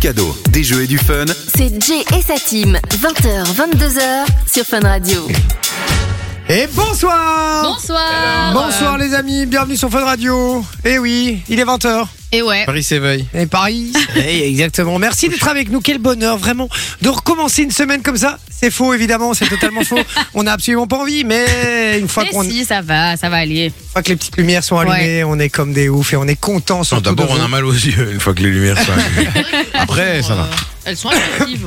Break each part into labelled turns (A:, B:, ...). A: cadeau, des jeux et du fun.
B: C'est Jay et sa team, 20h, 22h sur Fun Radio.
C: Et bonsoir
D: Bonsoir
C: Bonsoir les amis, bienvenue sur Fun Radio. Eh oui, il est 20h.
D: Euh, Et ouais,
E: Paris s'éveille.
C: Et Paris. Eh, exactement. Merci d'être avec nous. Quel bonheur, vraiment, de recommencer une semaine comme ça. C'est faux, évidemment, c'est totalement faux. On n'a absolument pas envie, mais une fois,
D: mais
C: qu'on,
D: Eh si, ça va, ça va aller.
C: une fois que les petites lumières sont allumées, on est comme des oufs et on est content
E: Non,
C: surtout.
E: Ah, D'abord,
C: de
E: on a
C: vous.
E: mal aux yeux une fois que les lumières sont allumées. Après, ça va.
D: Euh, Elles sont actives.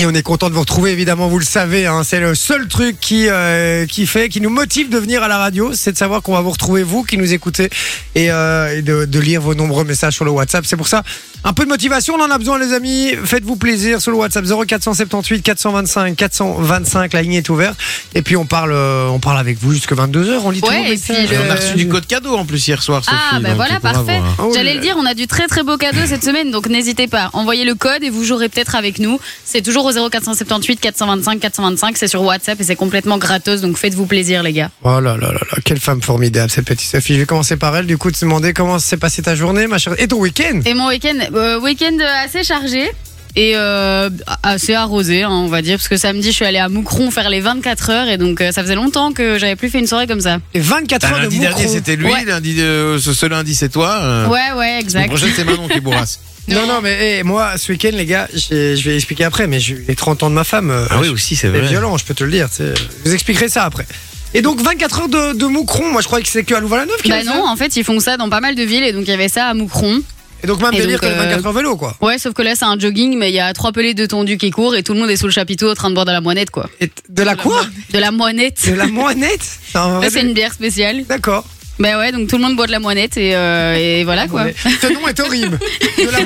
C: Et on est content de vous retrouver, évidemment, vous le savez. hein. c'est le seul truc qui, euh, qui fait, qui nous motive de venir à la radio, c'est de savoir qu'on va vous retrouver, vous qui nous écoutez, et, euh, et de, de lire vos nombreux messages sur le WhatsApp. C'est pour ça, un peu de motivation, on en a besoin, les amis. Faites-vous plaisir sur le WhatsApp 0478 425 425, la ligne est ouverte. Et puis on parle, euh, on parle avec vous jusque 22h, on lit tous
D: Ouais,
C: vos
D: et
C: messages.
D: puis
E: Et on a
D: Euh,
E: reçu du code cadeau en plus hier soir, Sophie.
D: Ah, ben
E: donc
D: voilà,
E: bravo,
D: parfait.
E: hein.
C: Ah oui.
D: J'allais le dire, on a du très très beau cadeau cette semaine, donc n'hésitez pas. Envoyez le code et vous jouerez peut-être avec nous. C'est toujours au 0478 425 425, c'est sur WhatsApp et c'est complètement gratos, donc faites-vous plaisir les gars.
C: Oh là là là là, quelle femme formidable, cette petite Sophie. Je vais commencer par elle, du coup, de se demander comment s'est passée ta journée, ma chère. Et ton week-end
D: Et mon week-end, euh, week-end assez chargé. Et euh, assez arrosé, hein, on va dire, parce que samedi, je suis allée à Moucron faire les 24 heures, et donc euh, ça faisait longtemps que j'avais plus fait une soirée comme ça.
C: Les 24
E: Bah,
C: heures de
E: lundi dernier,
C: Moucron.
E: c'était lui.
D: Ouais.
E: Lundi, euh, ce, ce lundi, c'est toi. euh,
D: Ouais, ouais,
E: Le
D: exact.
E: prochain, c'est Manon qui bourrasse.
C: Non, non, mais hey, moi, ce week-end, les gars, j'ai- je vais expliquer après, mais j'ai eu les 30 ans de ma femme. euh,
E: aussi, Ah c'est
C: c'est violent, je peux te le dire. c'est- Je vous expliquerai ça après. Et donc, 24 heures de, de Moucron, moi, je croyais que c'est que à Louvain-la-Neuve qu'il y
D: Bah
C: avait ça.
D: non, en fait, ils font ça dans pas mal de villes et donc il y avait ça à Moucron.
C: Et donc, même
D: Et
C: délire
D: donc,
C: que les
D: euh,
C: 24 heures vélo, quoi.
D: Ouais, sauf que là, c'est un jogging, mais il y a trois pelés de tondu qui courent et tout le monde est sous le chapiteau en train de boire de la moinette, quoi.
C: Et t- de la quoi
D: De la moinette.
C: De la moinette C'est un vrai
D: Là, C'est
C: délire.
D: une bière spéciale.
C: D'accord.
D: Bah ouais, donc tout le monde boit de la moinette et, euh, et voilà, quoi.
C: Mais Ce nom est horrible. De la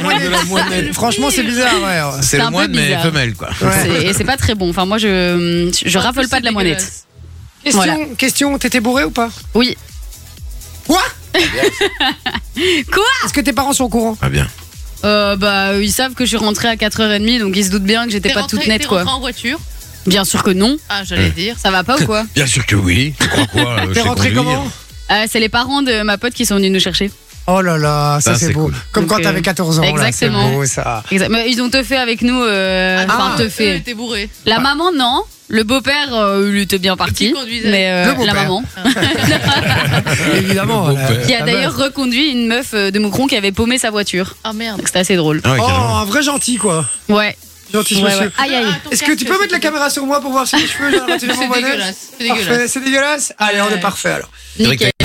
C: moinette. Franchement, c'est bizarre, ouais.
E: C'est
D: un
E: le
D: peu
E: moine, mais
D: bizarre.
E: femelle, quoi.
C: Ouais.
D: C'est- Et c'est pas très bon. Enfin, moi, je,
C: Ah,
D: je raffole pas de la moinette.
C: Question,
D: Voilà.
C: question, t'étais bourré ou pas
D: Oui.
C: Quoi
D: Quoi
C: Est-ce que tes parents sont au courant
E: Ah, bien.
D: Euh, bah, ils savent que je suis rentrée à 4h30, donc ils se doutent bien que j'étais pas toute nette, quoi.
F: en voiture
D: Bien sûr que non.
F: Ah, j'allais
C: Hmm.
F: dire.
D: Ça va pas ou quoi
E: Bien sûr que oui. Tu crois quoi euh, je
C: T'es
E: sais
C: rentré
E: conduire.
C: comment
D: Euh, C'est les parents de ma pote qui sont venus nous chercher.
C: Oh là là, ça,
E: Ça,
C: c'est
E: c'est
C: beau.
E: cool.
C: Comme
D: Donc,
C: quand
D: euh,
C: t'avais 14 ans. là, c'est
D: exactement.
C: beau, ça.
D: Exact. Mais ils ont teufé avec nous. euh,
C: Ah.
D: Enfin, teufé.
F: Eux étaient bourrés.
D: La maman, non. Le beau-père, euh, il était bien parti.
F: Qui conduisait.
D: Mais euh,
C: Le beau-père. Ah,
D: la maman,
C: Évidemment.
E: Le beau-père.
C: la-
D: qui a
C: la
D: d'ailleurs reconduit une meuf euh, de Moucron qui avait paumé sa voiture.
F: Ah merde.
D: Donc c'était assez drôle.
E: Ah, ouais,
C: meuf. Oh,
E: carrément.
C: un vrai gentil, quoi.
D: Ouais.
C: Gentil
D: ouais, ouais.
C: monsieur.
D: Aïe aïe.
F: Ah, ton
C: Est-ce que tu
F: casque,
C: peux mettre la
F: c'est
C: caméra sur moi pour voir si mes cheveux j'ai raté
F: dégueulasse.
C: mon bonnet
F: C'est dégueulasse. C'est dégueulasse.
C: Parfait, c'est dégueulasse Allez, on est
F: Ouais.
C: parfait alors.
E: C'est vrai que
D: Nickel.
E: la-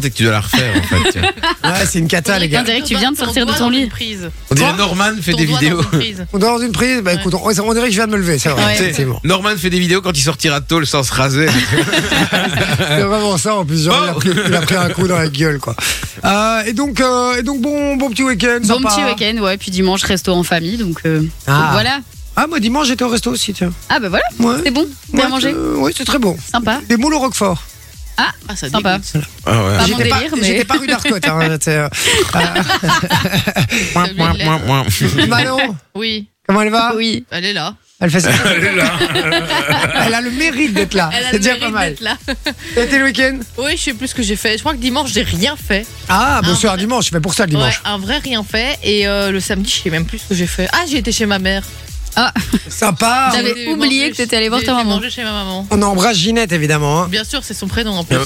E: c'est que tu dois la refaire, en fait. tiens.
C: Ouais, c'est une cata, les
D: On
C: gars.
D: dirait que tu viens de
F: Ton
D: sortir de
F: doigt
D: ton
F: dans
D: lit.
F: une prise.
E: On dirait
C: Quoi
E: Norman fait
F: Ton
E: des
F: doigt dans
E: vidéos.
F: une prise.
C: On est dans une prise, bah écoute, on, on dirait que je viens de me lever, c'est vrai.
D: Ouais.
C: C'est- C'est bon.
E: Norman fait des vidéos quand il sortira tôt, le sens rasé.
C: C'est vraiment ça en plus. genre, il, a pris, il a pris un coup dans la gueule, quoi. Euh, et, donc, euh, et donc, bon, bon petit week-end.
D: Bon
C: sympa. hein.
D: petit week-end, ouais. Puis dimanche, resto en famille. Donc, euh,
C: Ah.
D: donc voilà.
C: Ah, moi dimanche, j'étais au resto aussi, tiens.
D: Ah bah voilà,
C: Ouais.
D: c'est bon.
C: Ouais,
D: Bien mangé.
C: euh, Oui, c'est très bon.
D: Sympa.
C: Des moules au Roquefort.
F: Ah, ça
D: Sympa.
F: dégoûte.
E: Ah ouais.
D: Pas mon
C: J'étais pas,
D: délire, mais-
C: j'étais pas rue d'Arcotte. Hein, j'étais, euh,
E: Mouin, mouin, mouin, mouin.
C: Manon,
F: Oui,
C: comment elle va
D: Oui.
F: elle est là.
C: Elle fait ça. Elle a le mérite d'être là.
F: Elle a
C: C'est
F: le
C: déjà
F: mérite
C: pas mal.
F: d'être là.
C: T'as été le week-end
F: Oui, je sais plus ce que j'ai fait. Je crois que dimanche, j'ai rien fait.
C: Ah, bon,
F: Un
C: c'est un
F: vrai-
C: dimanche. Je fais pour ça le
F: Ouais,
C: dimanche.
F: un vrai rien fait. Et euh, le samedi, je sais même plus ce que j'ai fait. Ah, j'ai été chez ma mère.
C: Sympa.
D: J'avais
F: J'ai
D: oublié
F: mangé-
D: que t'étais allée voir
F: j'ai
D: ta
F: été
D: maman.
F: manger chez ma maman.
C: On embrasse Ginette, évidemment. Hein.
F: Bien sûr, c'est son prénom en plus.
E: Euh,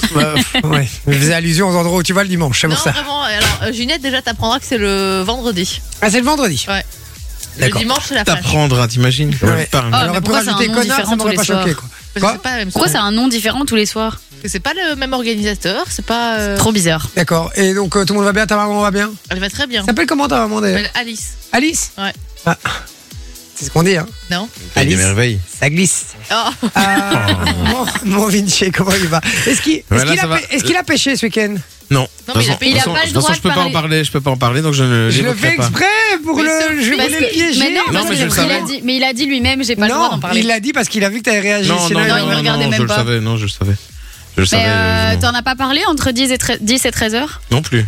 C: Bah, ouais. Je faisais allusion aux endroits où tu vas le dimanche. C'est
F: Non,
C: pour ça.
F: vraiment. Alors, euh, Ginette, déjà, t'apprendras que c'est le vendredi.
C: Ah, c'est le vendredi.
F: Le
C: D'accord.
F: dimanche, c'est la flash.
E: T'apprendras, t'imagines
C: Ouais. Oh,
E: Pas un-
D: Ah, mais
C: Alors,
D: pourquoi c'est un nom
C: connard, ça
D: différent tous
C: m'aurait
D: les
C: pas
D: soirs
C: choqué. Quoi.
F: Parce que c'est pas la même
D: Pourquoi
F: soirée.
D: c'est un nom différent tous les soirs
F: Parce que c'est pas le même organisateur. C'est pas. euh,
D: Trop bizarre.
C: D'accord. Et donc, euh, tout le monde va bien Ta maman va bien
F: Elle va très bien.
C: Ça s'appelle comment ta maman d'ailleurs
F: Elle- Alice.
C: Alice
F: Ouais.
C: Ah. C'est ce qu'on dit, hein.
F: Non
E: Pays des
C: Alice.
E: merveilles.
C: Ça glisse.
F: Oh,
C: Euh, mon, mon Vinci, comment il va Est-ce qu'il est-ce
E: Ouais, là,
C: qu'il
E: ça
C: a,
E: va.
C: pê- est-ce qu'il a pêché ce week-end
E: Non.
F: Non, mais il a pas- il a
E: de toute
D: pas le
E: façon,
D: droit
E: je peux
D: de
E: pas en
D: parler.
E: parler, je peux pas en parler, donc je ne
C: Je le
E: l'évoquerai
C: fais
E: pas.
C: exprès pour
F: Mais
C: le. Je
D: Parce
C: voulais le
D: que-
C: piéger.
D: mais non,
C: parce
E: Non, mais
D: parce
E: je
D: que
E: le
D: il a
E: savais.
D: dit- mais il a dit lui-même, j'ai pas le droit
C: Non,
D: d'en parler.
C: il l'a dit parce qu'il a vu que t'avais réagi.
E: Non,
C: sinon,
E: non,
C: il
D: non,
C: aurait-
D: il me regardait même
E: je le
D: pas.
E: savais, non, je le savais. Je le savais.
D: Mais euh,
E: euh,
D: t'en as pas parlé entre 10 et, 13 10 et 13 heures
E: non plus.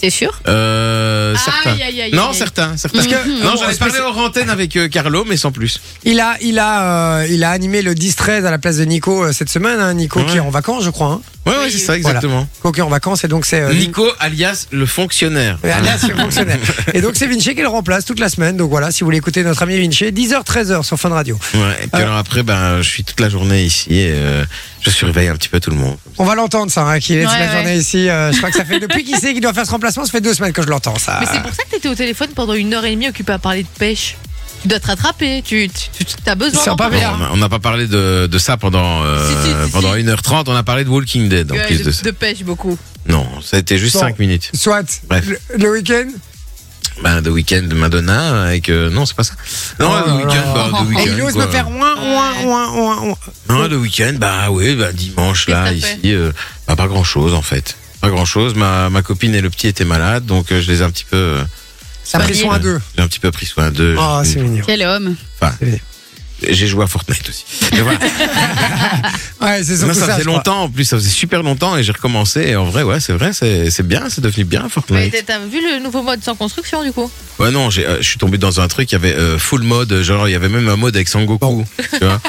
D: T'es sûr
E: Euh, certains.
F: Aïe, aïe, aïe,
E: Non,
F: aïe.
E: certains, certains.
C: Parce que-
E: Non, j'en ai parlé hors antenne avec euh, Carlo, mais sans plus.
C: Il a, il a, euh, il a animé le 10-13 à la place de Nico euh, cette semaine. hein, Nico
E: Ouais.
C: qui est en vacances, je crois. hein.
E: Ouais, ouais, c'est ça, exactement. Mm.
C: Cocu en vacances et donc c'est euh,
E: Nico, alias le fonctionnaire.
C: Et alias, le fonctionnaire. Et donc c'est Vinci qui le remplace toute la semaine. Donc voilà, si vous voulez écouter notre ami Vinci, 10h, 13h sur Fun Radio.
E: Ouais, et
C: Euh.
E: puis alors après, ben, je suis toute la journée ici et euh, je surveille un petit peu tout le monde.
C: On va l'entendre ça, hein, qu'il est toute
D: Ouais,
C: la
D: ouais.
C: journée ici. Euh, je crois que ça fait depuis qu'il sait qu'il doit faire ce remplacement, ça fait deux semaines que je l'entends ça.
F: Mais c'est pour ça que t'étais au téléphone pendant une heure et demie occupé à parler de pêche. Tu dois te rattraper, tu, tu, tu- t'as besoin.
C: C'est
F: d'en
C: pas
E: Bon,
F: parler.
C: bien.
E: on a- on n'a pas parlé de, de ça pendant, euh,
F: Si, si, si, si.
E: pendant 1h30, on a parlé de Walking Dead en
F: Ouais,
E: plus
F: de,
E: de ça.
F: de pêche beaucoup.
E: Non, ça a été juste
C: Bon.
E: 5 minutes.
C: Soit
E: Bref.
C: le, le week-end.
E: Ben, The Weeknd, Madonna, avec. euh, non, c'est pas ça. Non,
C: Oh
E: The
C: là
E: Weeknd,
C: là.
E: bah, The
C: Et
E: Weeknd.
C: il ose
E: quoi.
C: me faire ouin, ouin, ouin, ouin, ouin.
E: Non, The Weeknd, bah oui, bah, dimanche là,
F: Qu'est-ce que
E: ici,
F: t'as
E: euh, bah, pas grand chose en fait. Pas grand chose. Ma, ma copine et le petit étaient malades, donc euh, je les ai un petit peu. euh,
C: Ça a pris soin d'eux.
E: J'ai un petit peu pris soin d'eux.
C: Ah,
E: J'ai-
C: c'est mignon.
D: Quel homme.
E: J'ai joué à Fortnite aussi. Mais voilà.
C: Ouais, c'est
E: Moi, ça,
C: surtout ça.
E: faisait
C: je crois.
E: longtemps en plus, ça faisait super longtemps et j'ai recommencé. Et en vrai, ouais, c'est vrai, c'est c'est bien, c'est devenu bien
F: Mais
E: Fortnite.
F: t'as- T'as vu le nouveau mode sans construction du coup
E: Ouais, non, j'ai, euh, je suis tombé dans un truc, il y avait euh, full mode, genre il y avait même un mode avec Sangoku. Tu vois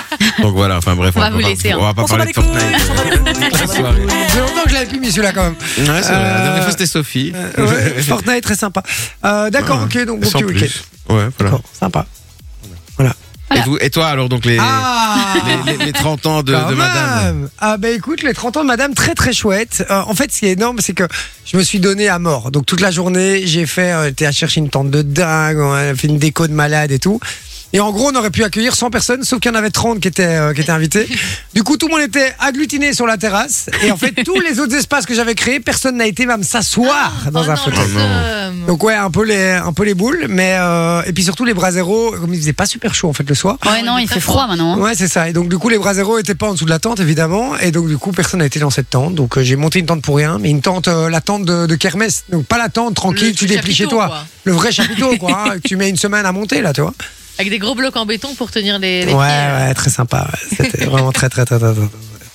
E: Donc voilà, enfin bref,
D: On va
E: peut
D: vous
E: pas-
D: laisser, hein.
E: on va pas parler de Fortnite.
C: Ça fait longtemps que je l'avais plus mis celui-là quand même.
E: Ouais, c'est vrai. La
C: Euh,
E: dernière fois, c'était Sophie.
C: Ouais, Fortnite est très sympa. Euh, D'accord,
E: Ouais.
C: ok, donc bon
E: Sans
C: petit week-end.
E: plus. Ouais, voilà.
C: D'accord, sympa.
E: Et, vous, et toi, alors, donc, les,
C: Ah
E: les, les- les 30 ans de,
C: Quand
E: de madame
C: même. Ah bah écoute, les 30 ans de madame, très très chouette. Euh, en fait, ce qui est énorme, c'est que je me suis donné à mort. Donc toute la journée, j'ai fait, euh, j'étais à chercher une tente de dingue, on a fait une déco de malade et tout. Et en gros, on aurait pu accueillir 100 personnes, sauf qu'il y en avait 30 qui étaient, euh, qui étaient invités. Du coup, tout le monde était agglutiné sur la terrasse. Et en fait, tous les autres espaces que j'avais créés, personne n'a été même s'asseoir
E: Ah,
C: dans
F: Oh
C: un
F: non,
C: fauteuil.
F: le
E: fauteuil.
F: seum.
C: Donc ouais, un peu les, un peu les boules, mais euh, et puis surtout les braseros, comme il faisait pas super chaud en fait le soir.
D: Ouais, non, il fait froid maintenant. hein.
C: Ouais, c'est ça. Et donc du coup, les braseros étaient pas en dessous de la tente évidemment, et donc du coup, personne n'a été dans cette tente. Donc euh, j'ai monté une tente pour rien, mais une tente, euh, la tente de, de kermesse, donc pas la tente tranquille,
F: Le
C: tu déplies chez
F: chapiteau,
C: toi,
F: quoi.
C: le vrai chapiteau quoi. hein, que tu mets une semaine à monter là, tu vois.
F: Avec des gros blocs en béton pour tenir les, les
C: Ouais,
F: pieds.
C: ouais, très sympa. ouais. C'était vraiment très, très, très, très, très,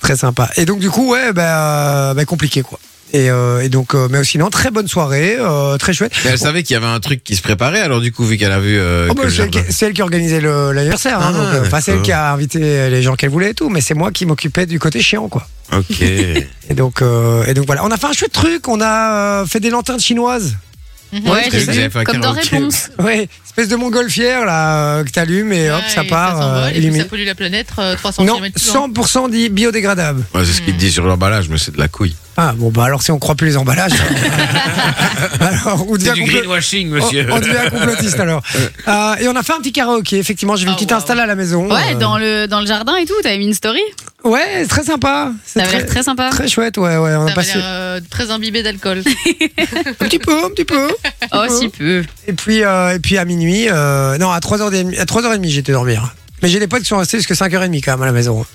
C: très sympa. Et donc, du coup, ouais, bah, euh, bah, compliqué, quoi. Et, euh, et donc, euh, mais sinon, très bonne soirée, euh, très chouette.
E: Mais Elle savait qu'il y avait un truc qui se préparait, alors, du coup, vu qu'elle a vu. euh,
C: Oh,
E: que
C: bah,
E: le
C: c'est elle,
E: jardin-
C: qui- c'est elle qui organisait le- l'anniversaire, hein,
E: Ah,
C: donc, euh, enfin, c'est elle
E: d'accord.
C: qui a invité les gens qu'elle voulait et tout, mais c'est moi qui m'occupais du côté chiant, quoi.
E: Ok.
C: Et donc, euh, et donc voilà, on a fait un chouette truc, on a euh, fait des lanternes chinoises.
D: Ouais,
E: Parce que
D: je
E: vous
D: sais.
E: avez fait un
D: Comme dans
E: karaoké.
D: Réponse.
C: Ouais, espèce de montgolfière là euh, que t'allumes et hop,
F: Ouais,
C: ça
F: et
C: part.
F: s'envole,
C: euh,
F: et puis
C: illumine.
F: ça pollue la planète euh, 300
C: Non,
F: km
C: 100% dit biodégradable.
E: Ouais, c'est ce qu'il dit sur l'emballage, mais c'est de la couille.
C: Ah bon bah alors si on croit plus les emballages. alors on devient, complo-
E: greenwashing,
C: Oh, on- on devient complotiste alors. Euh, et on a fait un petit karaoké effectivement. J'ai fait une
F: Ah,
C: petite
F: waouh.
C: install à la
E: Oh.
C: maison. Euh,
D: Ouais, dans le, dans le jardin et tout, t'avais mis une story.
C: Ouais, c'est très sympa. C'est
D: Ça avait l'air très sympa.
C: très chouette. Ouais ouais. On a
F: T'avais
C: passé
F: l'air, euh, très imbibé d'alcool. Oh,
C: un petit peu, un petit peu.
D: Oh, si peu.
C: Et puis euh, et puis à minuit, euh, non à 3h à 3h30 j'étais dormir. Mais j'ai des potes qui sont restés jusqu'à 5h30 quand même à la maison.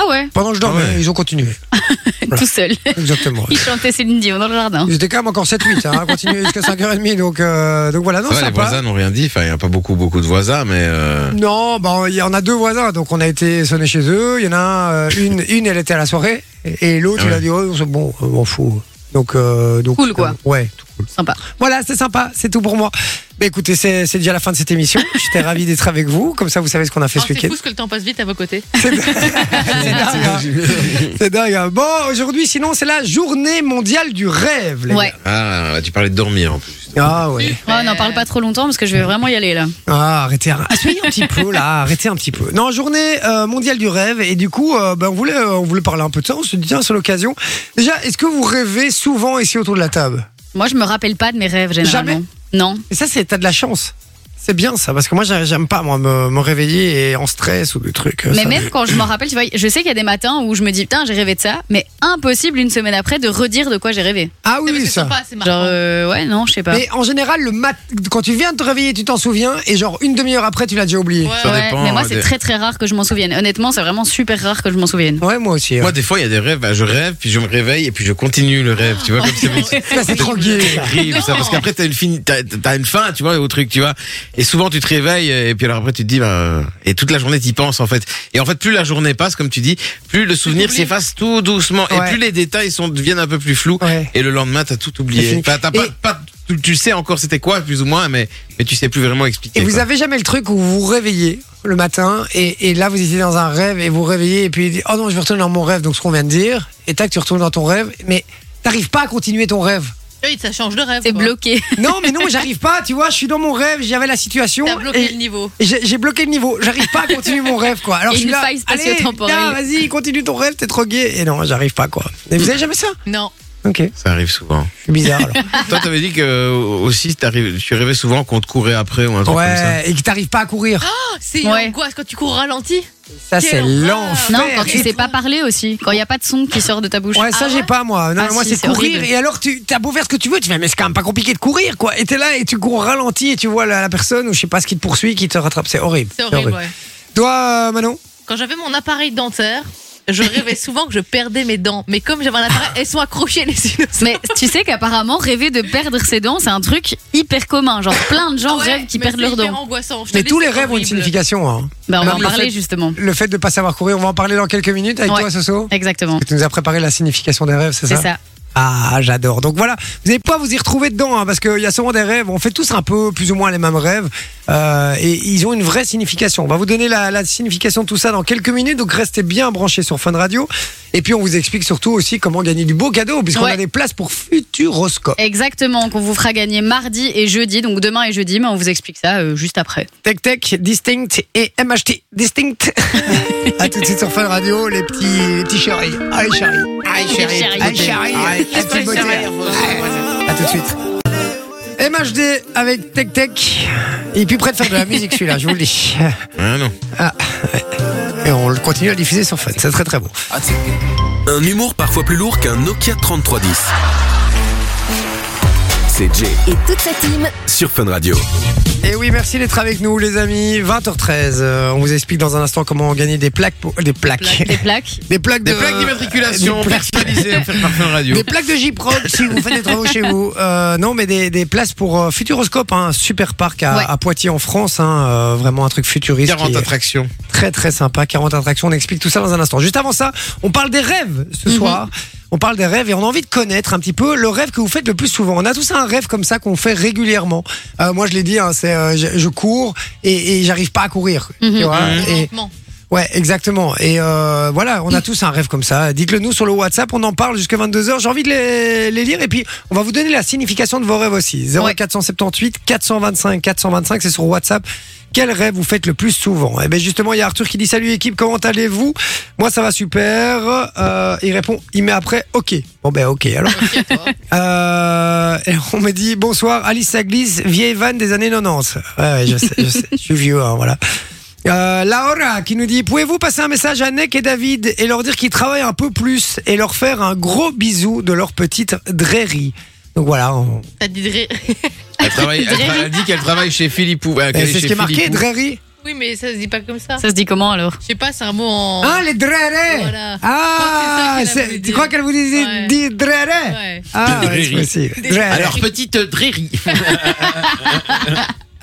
D: Ah ouais,
C: Pendant que je dormais,
E: Ah ouais.
C: ils ont continué. Voilà.
D: tout seul.
C: Exactement.
D: Il chantait Céline Dion dans le jardin.
C: Ils étaient quand même encore 7-8, hein, continué jusqu'à 5h30. Donc, euh, donc voilà, non,
E: Ça va, les
C: sympa.
E: voisins n'ont rien dit. Enfin, il n'y a pas beaucoup, beaucoup de voisins, mais. euh,
C: Non, bah, il y en a deux voisins, donc on a été sonné chez eux. Il y en a un, euh, une, une, elle était à la soirée, et, et l'autre,
E: Ah
C: il a
E: ouais.
C: dit, oh, c'est bon, on m'en fout. Donc, euh, donc,
D: Cool, quoi.
C: euh, ouais.
D: Sympa.
C: Voilà, c'est sympa, c'est tout pour moi. Bah écoutez, c'est c'est déjà la fin de cette émission. J'étais ravi d'être avec vous. Comme ça, vous savez ce qu'on a fait
F: Ah,
C: ce
F: C'est
C: week-end.
F: fou ce que le temps passe vite à vos côtés.
C: C'est dingue. hein. C'est dingue. hein. Bon, aujourd'hui, sinon, c'est la journée mondiale du rêve, les
D: Ouais.
C: gars.
E: Ah, tu parlais de dormir en plus.
C: Ah ouais.
D: Ouais, on n'en parle pas trop longtemps parce que je vais vraiment y aller là.
C: Ah, arrêtez, un- asseyez un petit peu là, arrêtez un petit peu. Non, journée euh, mondiale du rêve et du coup, euh, ben, on voulait, euh, on voulait parler un peu de ça. On se dit tiens, c'est l'occasion. Déjà, est-ce que vous rêvez souvent ici autour de la table
D: Moi, je me rappelle pas de mes rêves généralement.
C: Jamais
D: Non.
C: Et ça, c'est t'as de la chance. C'est bien ça parce que moi, j'ai- j'aime pas moi me, me réveiller et en stress ou des trucs. euh,
D: Mais
C: ça.
D: même quand je m'en rappelle, tu vois, je sais qu'il y a des matins où je me dis putain, j'ai rêvé de ça, mais impossible une semaine après de redire de quoi j'ai rêvé.
C: Ah oui,
F: C'est
C: ça.
F: sympa, c'est
D: Genre,
F: marrant.
D: euh, ouais, non, je sais pas.
C: Mais en général, le mat, quand tu viens de te réveiller, tu t'en souviens et genre une demi-heure après, tu l'as déjà oublié.
F: Ouais,
E: ça
F: ouais.
E: dépend,
D: mais moi,
E: euh,
D: c'est
E: des-
D: très très rare que je m'en souvienne. Honnêtement, c'est vraiment super rare que je m'en souvienne.
C: Ouais, moi aussi. hein.
E: Moi,
C: ouais.
E: des fois, il y a des rêves. bah, je rêve, puis je me réveille, et puis je continue le rêve. Tu vois, comme c'est
C: Ça, c'est trop gay. ça.
E: horrible, ça, parce qu'après t'as une fin, t'as, t'as une fin, tu vois, au truc, tu vois. Et souvent tu te réveilles et puis alors après tu te dis, bah, euh, et toute la journée t'y penses en fait. Et en fait plus la journée passe, comme tu dis, plus le souvenir
F: t'oublies.
E: s'efface tout doucement
C: Ouais.
E: et plus les détails sont deviennent un peu plus flous.
C: Ouais.
E: Et le lendemain t'as tout
C: C'est
E: oublié.
C: fini.
E: Enfin, t'as pas,
C: Et-
E: pas tu, tu sais encore c'était quoi, plus ou moins, mais, mais tu sais plus vraiment expliquer.
C: Et vous
E: quoi.
C: avez jamais le truc où vous vous réveillez le matin et, et là vous étiez dans un rêve et vous vous réveillez et puis il dit oh non je vais retourner dans mon rêve donc ce qu'on vient de dire et tac tu retournes dans ton rêve mais t'arrives pas à continuer ton rêve
F: Oui, ça change de rêve.
D: C'est
F: quoi.
D: bloqué.
C: non mais non j'arrive pas tu vois je suis dans mon rêve j'avais la situation
F: T'as bloqué
C: et-
F: le niveau.
C: et j'ai j'ai bloqué le niveau j'arrive pas à continuer mon rêve quoi alors
D: Il y
C: je
D: a
C: suis
D: une
C: là
D: faille spatio-temporelle.
C: allez, viens, vas-y continue ton rêve t'es trop gay et non j'arrive pas quoi et vous avez jamais ça
F: Non.
C: ok je
E: Ça arrive souvent.
C: suis bizarre alors
E: Toi, t'avais dit que euh, aussi, t'arrives- tu rêvais souvent qu'on te courait après ou un truc comme ça.
C: ouais et que t'arrives pas à courir
D: Ah,
F: Oh, C'est
D: Ouais.
F: l'angoisse quand tu cours au ralenti.
C: ça c'est
F: quelle horreur.
C: l'enfer
D: Non, quand tu
C: Et
D: sais pas parler aussi, quand il n'y a pas de son qui sort de ta bouche.
C: Ouais, ça
F: Ah
C: j'ai
F: ouais
C: pas moi. Non,
D: Ah
C: mais moi
D: si,
C: c'est
D: c'est
C: courir.
D: horrible.
C: Et alors tu t'as beau faire ce que tu veux, tu fais mais c'est quand même pas compliqué de courir quoi. Et t'es là et tu cours au ralenti et tu vois la, la personne ou je sais pas ce qui te poursuit, qui te rattrape. C'est horrible.
F: C'est horrible, ouais.
C: Toi euh, Manon,
F: Quand j'avais mon appareil dentaire, je rêvais souvent que je perdais mes dents. Mais comme j'avais un appareil, elles sont accrochées les unes aux
D: Mais tu sais qu'apparemment, rêver de perdre ses dents, c'est un truc hyper commun. Genre, plein de gens
F: autres.
D: rêvent qu'ils
F: Mais
D: perdent
F: c'est
D: leurs
F: hyper
D: dents.
F: angoissant. je te
C: mais
F: dis,
C: tous les
F: c'est
C: rêves ont une
F: horrible.
C: signification. hein.
D: Ben, on va
C: Même
D: en
C: le
D: parler
C: fait-
D: justement.
C: Le fait de pas savoir courir, on va en parler dans quelques minutes avec
D: Ouais.
C: toi Soso.
D: Exactement.
C: Tu nous as préparé la signification des rêves, c'est
D: C'est
C: ça,
D: ça.
C: Ah, j'adore. Donc voilà, vous n'allez pas vous y retrouver dedans, hein, parce qu'il y a souvent des rêves, on fait tous un peu plus ou moins les mêmes rêves, euh, et ils ont une vraie signification. On va vous donner la, la signification de tout ça dans quelques minutes, donc restez bien branchés sur Fun Radio, et puis on vous explique surtout aussi comment gagner du beau cadeau, puisqu'on
D: Ouais.
C: a des places pour Futuroscope.
D: Exactement, qu'on vous fera gagner mardi et jeudi, donc demain et jeudi, mais on vous explique ça euh, juste après.
C: Tech Tech, Distinct et MHT Distinct. à tout de suite sur Fun Radio, les petits, les petits chéris. Allez chéris.
E: Aïe, chérie.
D: Chérie.
E: écoutez.
C: chérie.
E: Aïe,
C: La petite beauté. À tout de suite. MHD avec Tech Tech. Il est plus près de faire de la musique celui-là, je vous le dis.
E: Ah non.
C: Et on le continue à diffuser sur Fun, c'est très très bon.
A: Un humour parfois plus lourd qu'un Nokia 3310. C'est Jay
B: Et toute sa team
A: sur Fun Radio.
C: Et oui, merci d'être avec nous les amis. 20h13, euh, on vous explique dans un instant comment gagner des plaques. pour- Des plaques.
D: Plaques, des plaques.
C: Des plaques de.
E: Des plaques d'immatriculation
C: Euh, Des plaques-
E: personnalisées à faire par Fun Radio.
C: Des plaques de J-Prod si vous faites des travaux chez vous. Euh, non, mais des, des places pour euh, Futuroscope, hein, un super parc à,
D: Ouais.
C: à Poitiers en France. hein, euh, vraiment un truc futuriste. qui
E: 40
C: est-
E: attractions.
C: très très sympa. 40 attractions, on explique tout ça dans un instant. Juste avant ça, on parle des rêves
D: Mhm.
C: ce soir. On parle des rêves et on a envie de connaître un petit peu le rêve que vous faites le plus souvent. On a tous un rêve comme ça qu'on fait régulièrement. Euh, moi, je l'ai dit, hein, c'est euh, je, je cours et, et j'arrive pas à courir. tu
D: Mhm.
C: vois. Et-
F: Lentement.
C: ouais, exactement. Et euh, voilà, on a tous un rêve comme ça. Dites-le nous sur le WhatsApp. On en parle jusqu'à 22 h J'ai envie de les, les lire et puis on va vous donner la signification de vos rêves aussi. 0478 425 425, c'est sur WhatsApp. Quel rêve vous faites le plus souvent Eh bien justement, il y a Arthur qui dit salut équipe, comment allez-vous Moi ça va super. Euh, il répond, il met après ok. Bon ben ok alors. Euh, et on me dit bonsoir Alice Saglis, vieille vanne des années 90. Ouais, ouais, je sais, je sais, je suis vieux hein, voilà. Euh, Laura qui nous dit Pouvez-vous passer un message à Nick et David et leur dire qu'ils travaillent un peu plus et leur faire un gros bisou de leur petite drairie Donc voilà, on-
F: T'as dit de rire.
E: Elle, travaille, elle, tra- elle dit qu'elle travaille chez Philippou. euh,
C: Eh,
E: qu'elle
C: c'est ce
E: chez
C: qui est marqué,
E: Philippou.
C: drairie.
F: Oui, mais ça se dit pas comme ça.
D: Ça se dit comment alors
F: Je sais pas, c'est un mot en.
C: Ah, les drairies
F: Voilà.
C: Ah,
F: Je crois que c'est ça qu'elle a
C: c'est-
F: voulu
C: tu
F: dire.
C: crois qu'elle vous disait
F: Ouais.
C: dit drairies
F: Ouais.
C: Ah, ouais, c'est
E: Drairies.
C: possible.
F: Des-
C: Drairies.
E: Alors, petite euh, drairie.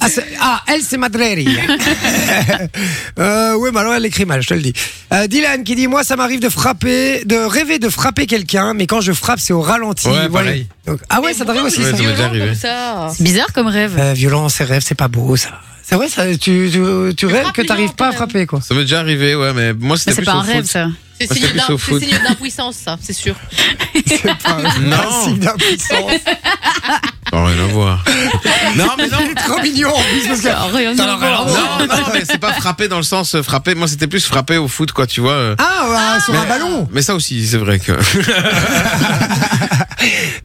C: Ah, c'est- ah, elle, c'est ma drairie. euh, oui, mais alors elle écrit mal, je te le dis. Euh, Dylan qui dit Moi, ça m'arrive de frapper, de rêver de frapper quelqu'un, mais quand je frappe, c'est au ralenti.
E: Ouais, pareil.
C: Donc, ah ouais, ça t'arrive aussi,
E: Ouais,
C: ça
E: ça m'est déjà arrivé.
F: Comme ça.
D: C'est bizarre comme rêve.
C: Euh, violence et rêve, c'est pas beau, ça. C'est vrai, ça, tu, tu, tu rêves
F: frappe
C: que
F: les
C: t'arrives
F: gens,
C: pas à
F: quand
C: frapper, quoi.
E: Ça m'est déjà arrivé, ouais, mais moi
D: Mais
E: c'était
D: c'est
E: plus
D: pas
E: au
D: un rêve
E: foot.
D: ça.
F: C'est
E: Moi,
F: signe
E: c'était plus
F: d'im-
E: au
F: c'est
E: foot.
F: signe d'impuissance, ça, c'est sûr.
C: C'est pas
E: Non.
C: un signe d'impuissance.
E: Oh, rien à voir. non, mais non.
C: Trop mignon, en plus, parce que. Ah,
D: Rien
C: T'as le ralenti.
E: Non, non, mais c'est pas frappé dans le sens euh, frappé. Moi, c'était plus frappé au foot, quoi, tu vois. euh.
C: Ah, bah, sur un ballon.
E: Mais ça aussi, c'est vrai que.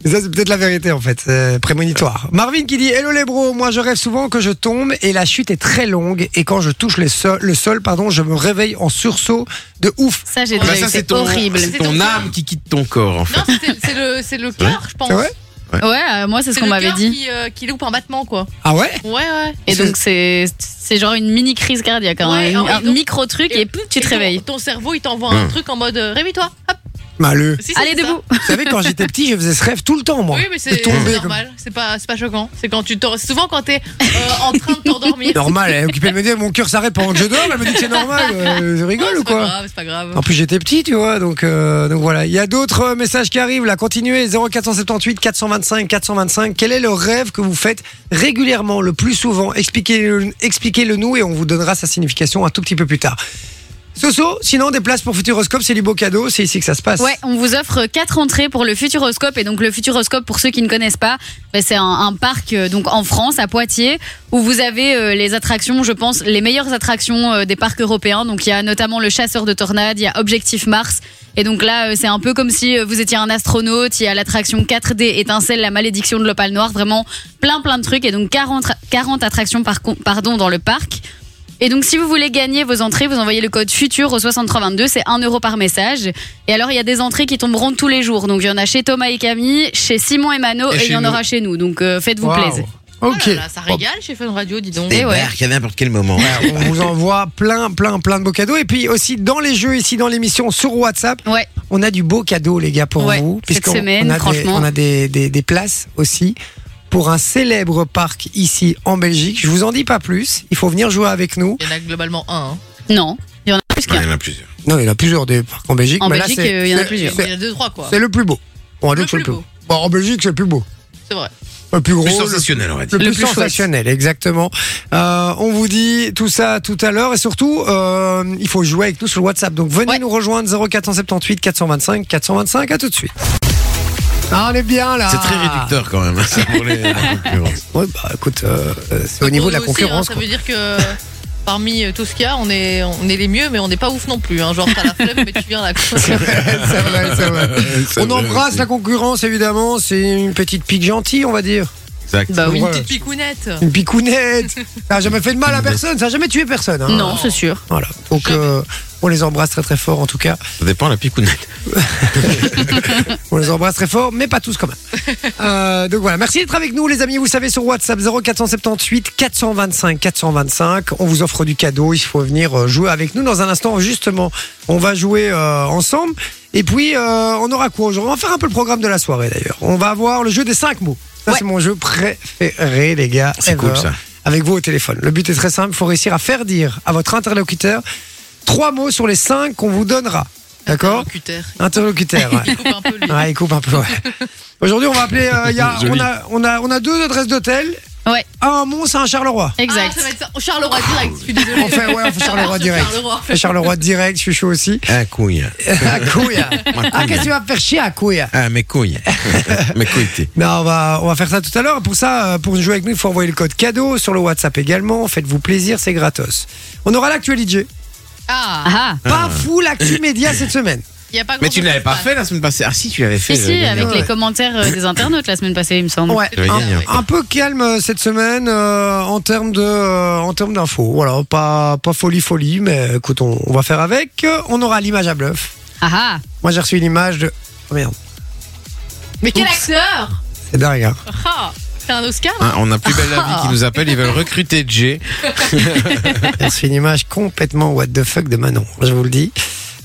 C: Mais ça, c'est peut-être la vérité, en fait. C'est prémonitoire. Marvin qui dit Hello les bros, moi je rêve souvent que je tombe et la chute est très longue. Et quand je touche les sol- le sol, pardon, je me réveille en sursaut de ouf.
D: Ça, j'ai
F: Bah,
D: déjà
E: Bah,
D: eu.
E: ça, c'est
D: C'est
E: ton,
D: horrible.
E: c'est
F: C'est
E: ton
F: ton
E: âme qui quitte ton corps, en fait.
F: Non, c'est c'est le, c'est le cœur, je pense.
C: C'est vrai
D: Ouais, euh, moi, c'est ce
F: C'est
D: qu'on
F: le
D: m'avait
F: cœur
D: dit.
F: Qui, euh, qui loupe un battement, quoi.
C: Ah ouais
F: Ouais, ouais.
D: Et
C: C'est-
D: donc, c'est c'est genre une mini crise cardiaque, hein,
F: Ouais,
D: un,
F: et
D: un
F: donc-
D: micro truc, et, pouf, tu
F: Et
D: te
F: ton-
D: réveilles.
C: Mmh.
F: Ton cerveau, il t'envoie un
E: Hum.
F: truc en mode euh, réveille-toi, hop.
C: Malheur.
F: Si, c'est
D: Allez,
F: ça.
D: debout.
C: Vous savez, quand j'étais petit, je faisais ce rêve tout le temps, moi.
F: Oui, mais
C: De
F: c'est
C: tomber
F: c'est
C: comme-
F: normal. C'est pas, c'est pas choquant. C'est quand tu t'en- souvent quand t'es euh, en train de t'endormir.
C: Normal, elle est occupée de me dire mon cœur s'arrête pendant que je dors, elle me dit que c'est normal, euh, je
F: Non,
C: rigole ou
F: c'est pas
C: quoi
F: grave, C'est pas grave.
C: En plus j'étais petit, tu vois, donc euh, donc voilà. Il y a d'autres euh, messages qui arrivent là. Continuez 0478 425 425. Quel est le rêve que vous faites régulièrement, le plus souvent Expliquez-le, expliquez-le nous et on vous donnera sa signification un tout petit peu plus tard. Soso, sinon des places pour Futuroscope, c'est du beau cadeau, c'est ici que ça se passe.
D: Ouais, on vous offre quatre entrées pour le Futuroscope. Et donc, le Futuroscope, pour ceux qui ne connaissent pas, ben, c'est un, un parc euh, donc en France, à Poitiers, où vous avez euh, les attractions, je pense, les meilleures attractions euh, des parcs européens. Donc, il y a notamment le chasseur de tornades, il y a Objectif Mars. Et donc là, euh, c'est un peu comme si euh, vous étiez un astronaute. Il y a l'attraction 4D Étincelle, la malédiction de l'opale noire. Vraiment plein, plein de trucs. Et donc, 40, 40 attractions par, con- pardon, dans le parc. Et donc, si vous voulez gagner vos entrées, vous envoyez le code FUTUR au 6322, c'est 1 euro par message. Et alors, il y a des entrées qui tomberont tous les jours. Donc, il y en a chez Thomas et Camille, chez Simon et
E: Et
D: Mano, et, il
E: chez
D: y en
E: nous.
D: aura chez nous. Donc, euh, faites-vous
C: Waouh.
D: plaisir.
F: Oh
C: Ok.
F: là là, ça régale chez Fun Radio, dis donc.
E: Des
D: Et Eh ouais.
E: barques à n'importe quel moment.
C: On vous envoie plein, plein, plein de beaux cadeaux. Et puis aussi dans les jeux, ici dans l'émission, sur WhatsApp,
D: Ouais.
C: on a du beau cadeau, les gars, pour
D: Ouais,
C: vous.
D: cette
C: puisqu'on-
D: semaine,
C: on a, des,
D: franchement.
C: on a des, des- des places aussi pour un célèbre parc ici en Belgique. Je vous en dis pas plus. Il faut venir jouer avec nous.
F: Il y en a globalement un. hein.
D: Non, il y en a plus
E: Ouais,
D: qu'un.
E: il y en a plusieurs.
C: Non, il y en a plusieurs des parcs en Belgique.
D: En
C: mais là,
D: Belgique,
C: c'est-
D: euh, il y en a
C: c'est-
D: plusieurs.
F: Il
C: C'est
F: y en a deux, trois, quoi.
C: c'est le plus beau. On va dire
F: Le
C: que c'est
F: plus beau.
C: Bon, en Belgique, c'est le plus beau.
F: C'est vrai.
C: Le plus gros.
E: Plus
C: le-
E: sensationnel, on va dire.
C: Le,
D: Le
C: plus,
D: plus chouette.
C: sensationnel, exactement. Euh, on vous dit tout ça tout à l'heure et surtout, euh, il faut jouer avec nous sur le WhatsApp. Donc venez
D: Ouais.
C: nous rejoindre 0478 425 425. À tout de suite. Ah, on est bien là.
E: C'est très réducteur quand même. ça, pour les- la concurrence.
C: Ouais, bah, écoute, euh, euh, c'est au
F: Donc,
C: niveau
F: pour
C: de la
F: nous aussi,
C: concurrence.
F: hein, ça
C: quoi.
F: veut dire que parmi euh, tout ce qu'il y a, on est, on est les mieux, mais on n'est pas ouf non plus. hein. Genre, t'as la flemme, mais tu viens là. quoi.
C: C'est vrai, c'est vrai.
E: C'est
C: On
E: vrai
C: embrasse
E: aussi.
C: la concurrence évidemment. C'est une petite pique gentille, on va dire.
E: Exact.
D: Bah oui.
C: Ouais.
F: Petite picounette.
C: Une picounette. ça a jamais fait de mal à personne. Ça a jamais tué personne. hein.
D: Non, c'est
F: Ah,
D: sûr.
C: Voilà. Donc euh, on les embrasse très très fort en tout cas.
E: Ça dépend de la picounette.
C: On les embrasse très fort, mais pas tous quand même. Euh, donc voilà, merci d'être avec nous les amis. Vous savez sur WhatsApp 0478 425 425. On vous offre du cadeau, il faut venir euh, jouer avec nous dans un instant justement. On va jouer euh, ensemble. Et puis euh, on aura quoi aujourd'hui On va faire un peu le programme de la soirée d'ailleurs. On va avoir le jeu des 5 mots. Ça
D: Ouais.
C: c'est mon jeu préféré les gars.
E: C'est cool,
C: ever.
E: ça.
C: Avec vous au téléphone. Le but est très simple, il faut réussir à faire dire à votre interlocuteur trois mots sur les 5 qu'on vous donnera. D'accord
F: Interlocuteur.
C: Interlocuteur. ouais.
F: Il coupe un peu, lui.
C: Ouais, il coupe un peu, ouais. Aujourd'hui, on va appeler. euh, il y a-
E: Joli.
C: on, a, on, a, on a deux adresses d'hôtel.
D: Ouais.
C: Un à Mons, un à Charleroi.
D: Exact.
F: Ah, ça va être ça. Charleroi direct, je suis désolée.
C: On fait, ouais, on fait Charleroi
F: Sur
C: direct.
F: Charleroi.
C: On fait Charleroi direct, je suis chaud aussi.
E: Ah, couille.
C: À Couille. Ah,
E: couille.
C: qu'est-ce que tu vas me faire chier à Couille
E: Ah, mes couilles. mes couilles, t'es.
C: Non, on va, on va faire ça tout à l'heure. Pour ça, euh, pour jouer avec nous, il faut envoyer le code cadeau sur le WhatsApp également. Faites-vous plaisir, c'est gratos. On aura l'actualité.
F: Ah,
D: Ah,
C: Pas fou l'actu média cette semaine.
F: il y a pas
E: Mais
F: grand
E: tu ne
F: chose
E: l'avais
F: qui
E: pas
F: se
E: fait la semaine passée. Ah, si, tu l'avais fait.
D: si, si,
E: euh,
D: avec
E: dernière.
D: les commentaires euh, des internautes la semaine passée, il me semble.
C: Ouais,
E: Tu vas gagner, ouais.
C: un, un peu calme euh, cette semaine euh, en termes de euh, en termes d'infos. Voilà, pas pas folie folie, mais écoute, on, on va faire avec. Euh, On aura l'image à bluff.
D: Ah ah.
C: Moi, j'ai reçu une image de oh, merde,
F: passe. Mais quel acteur
C: c'est dingue. hein.
F: Ah, C'est un Oscar
E: Hein, on a plus belle la vie qui nous appelle. Ils veulent recruter Jay.
C: J'ai reçu une image complètement what the fuck de Manon. Je vous le dis.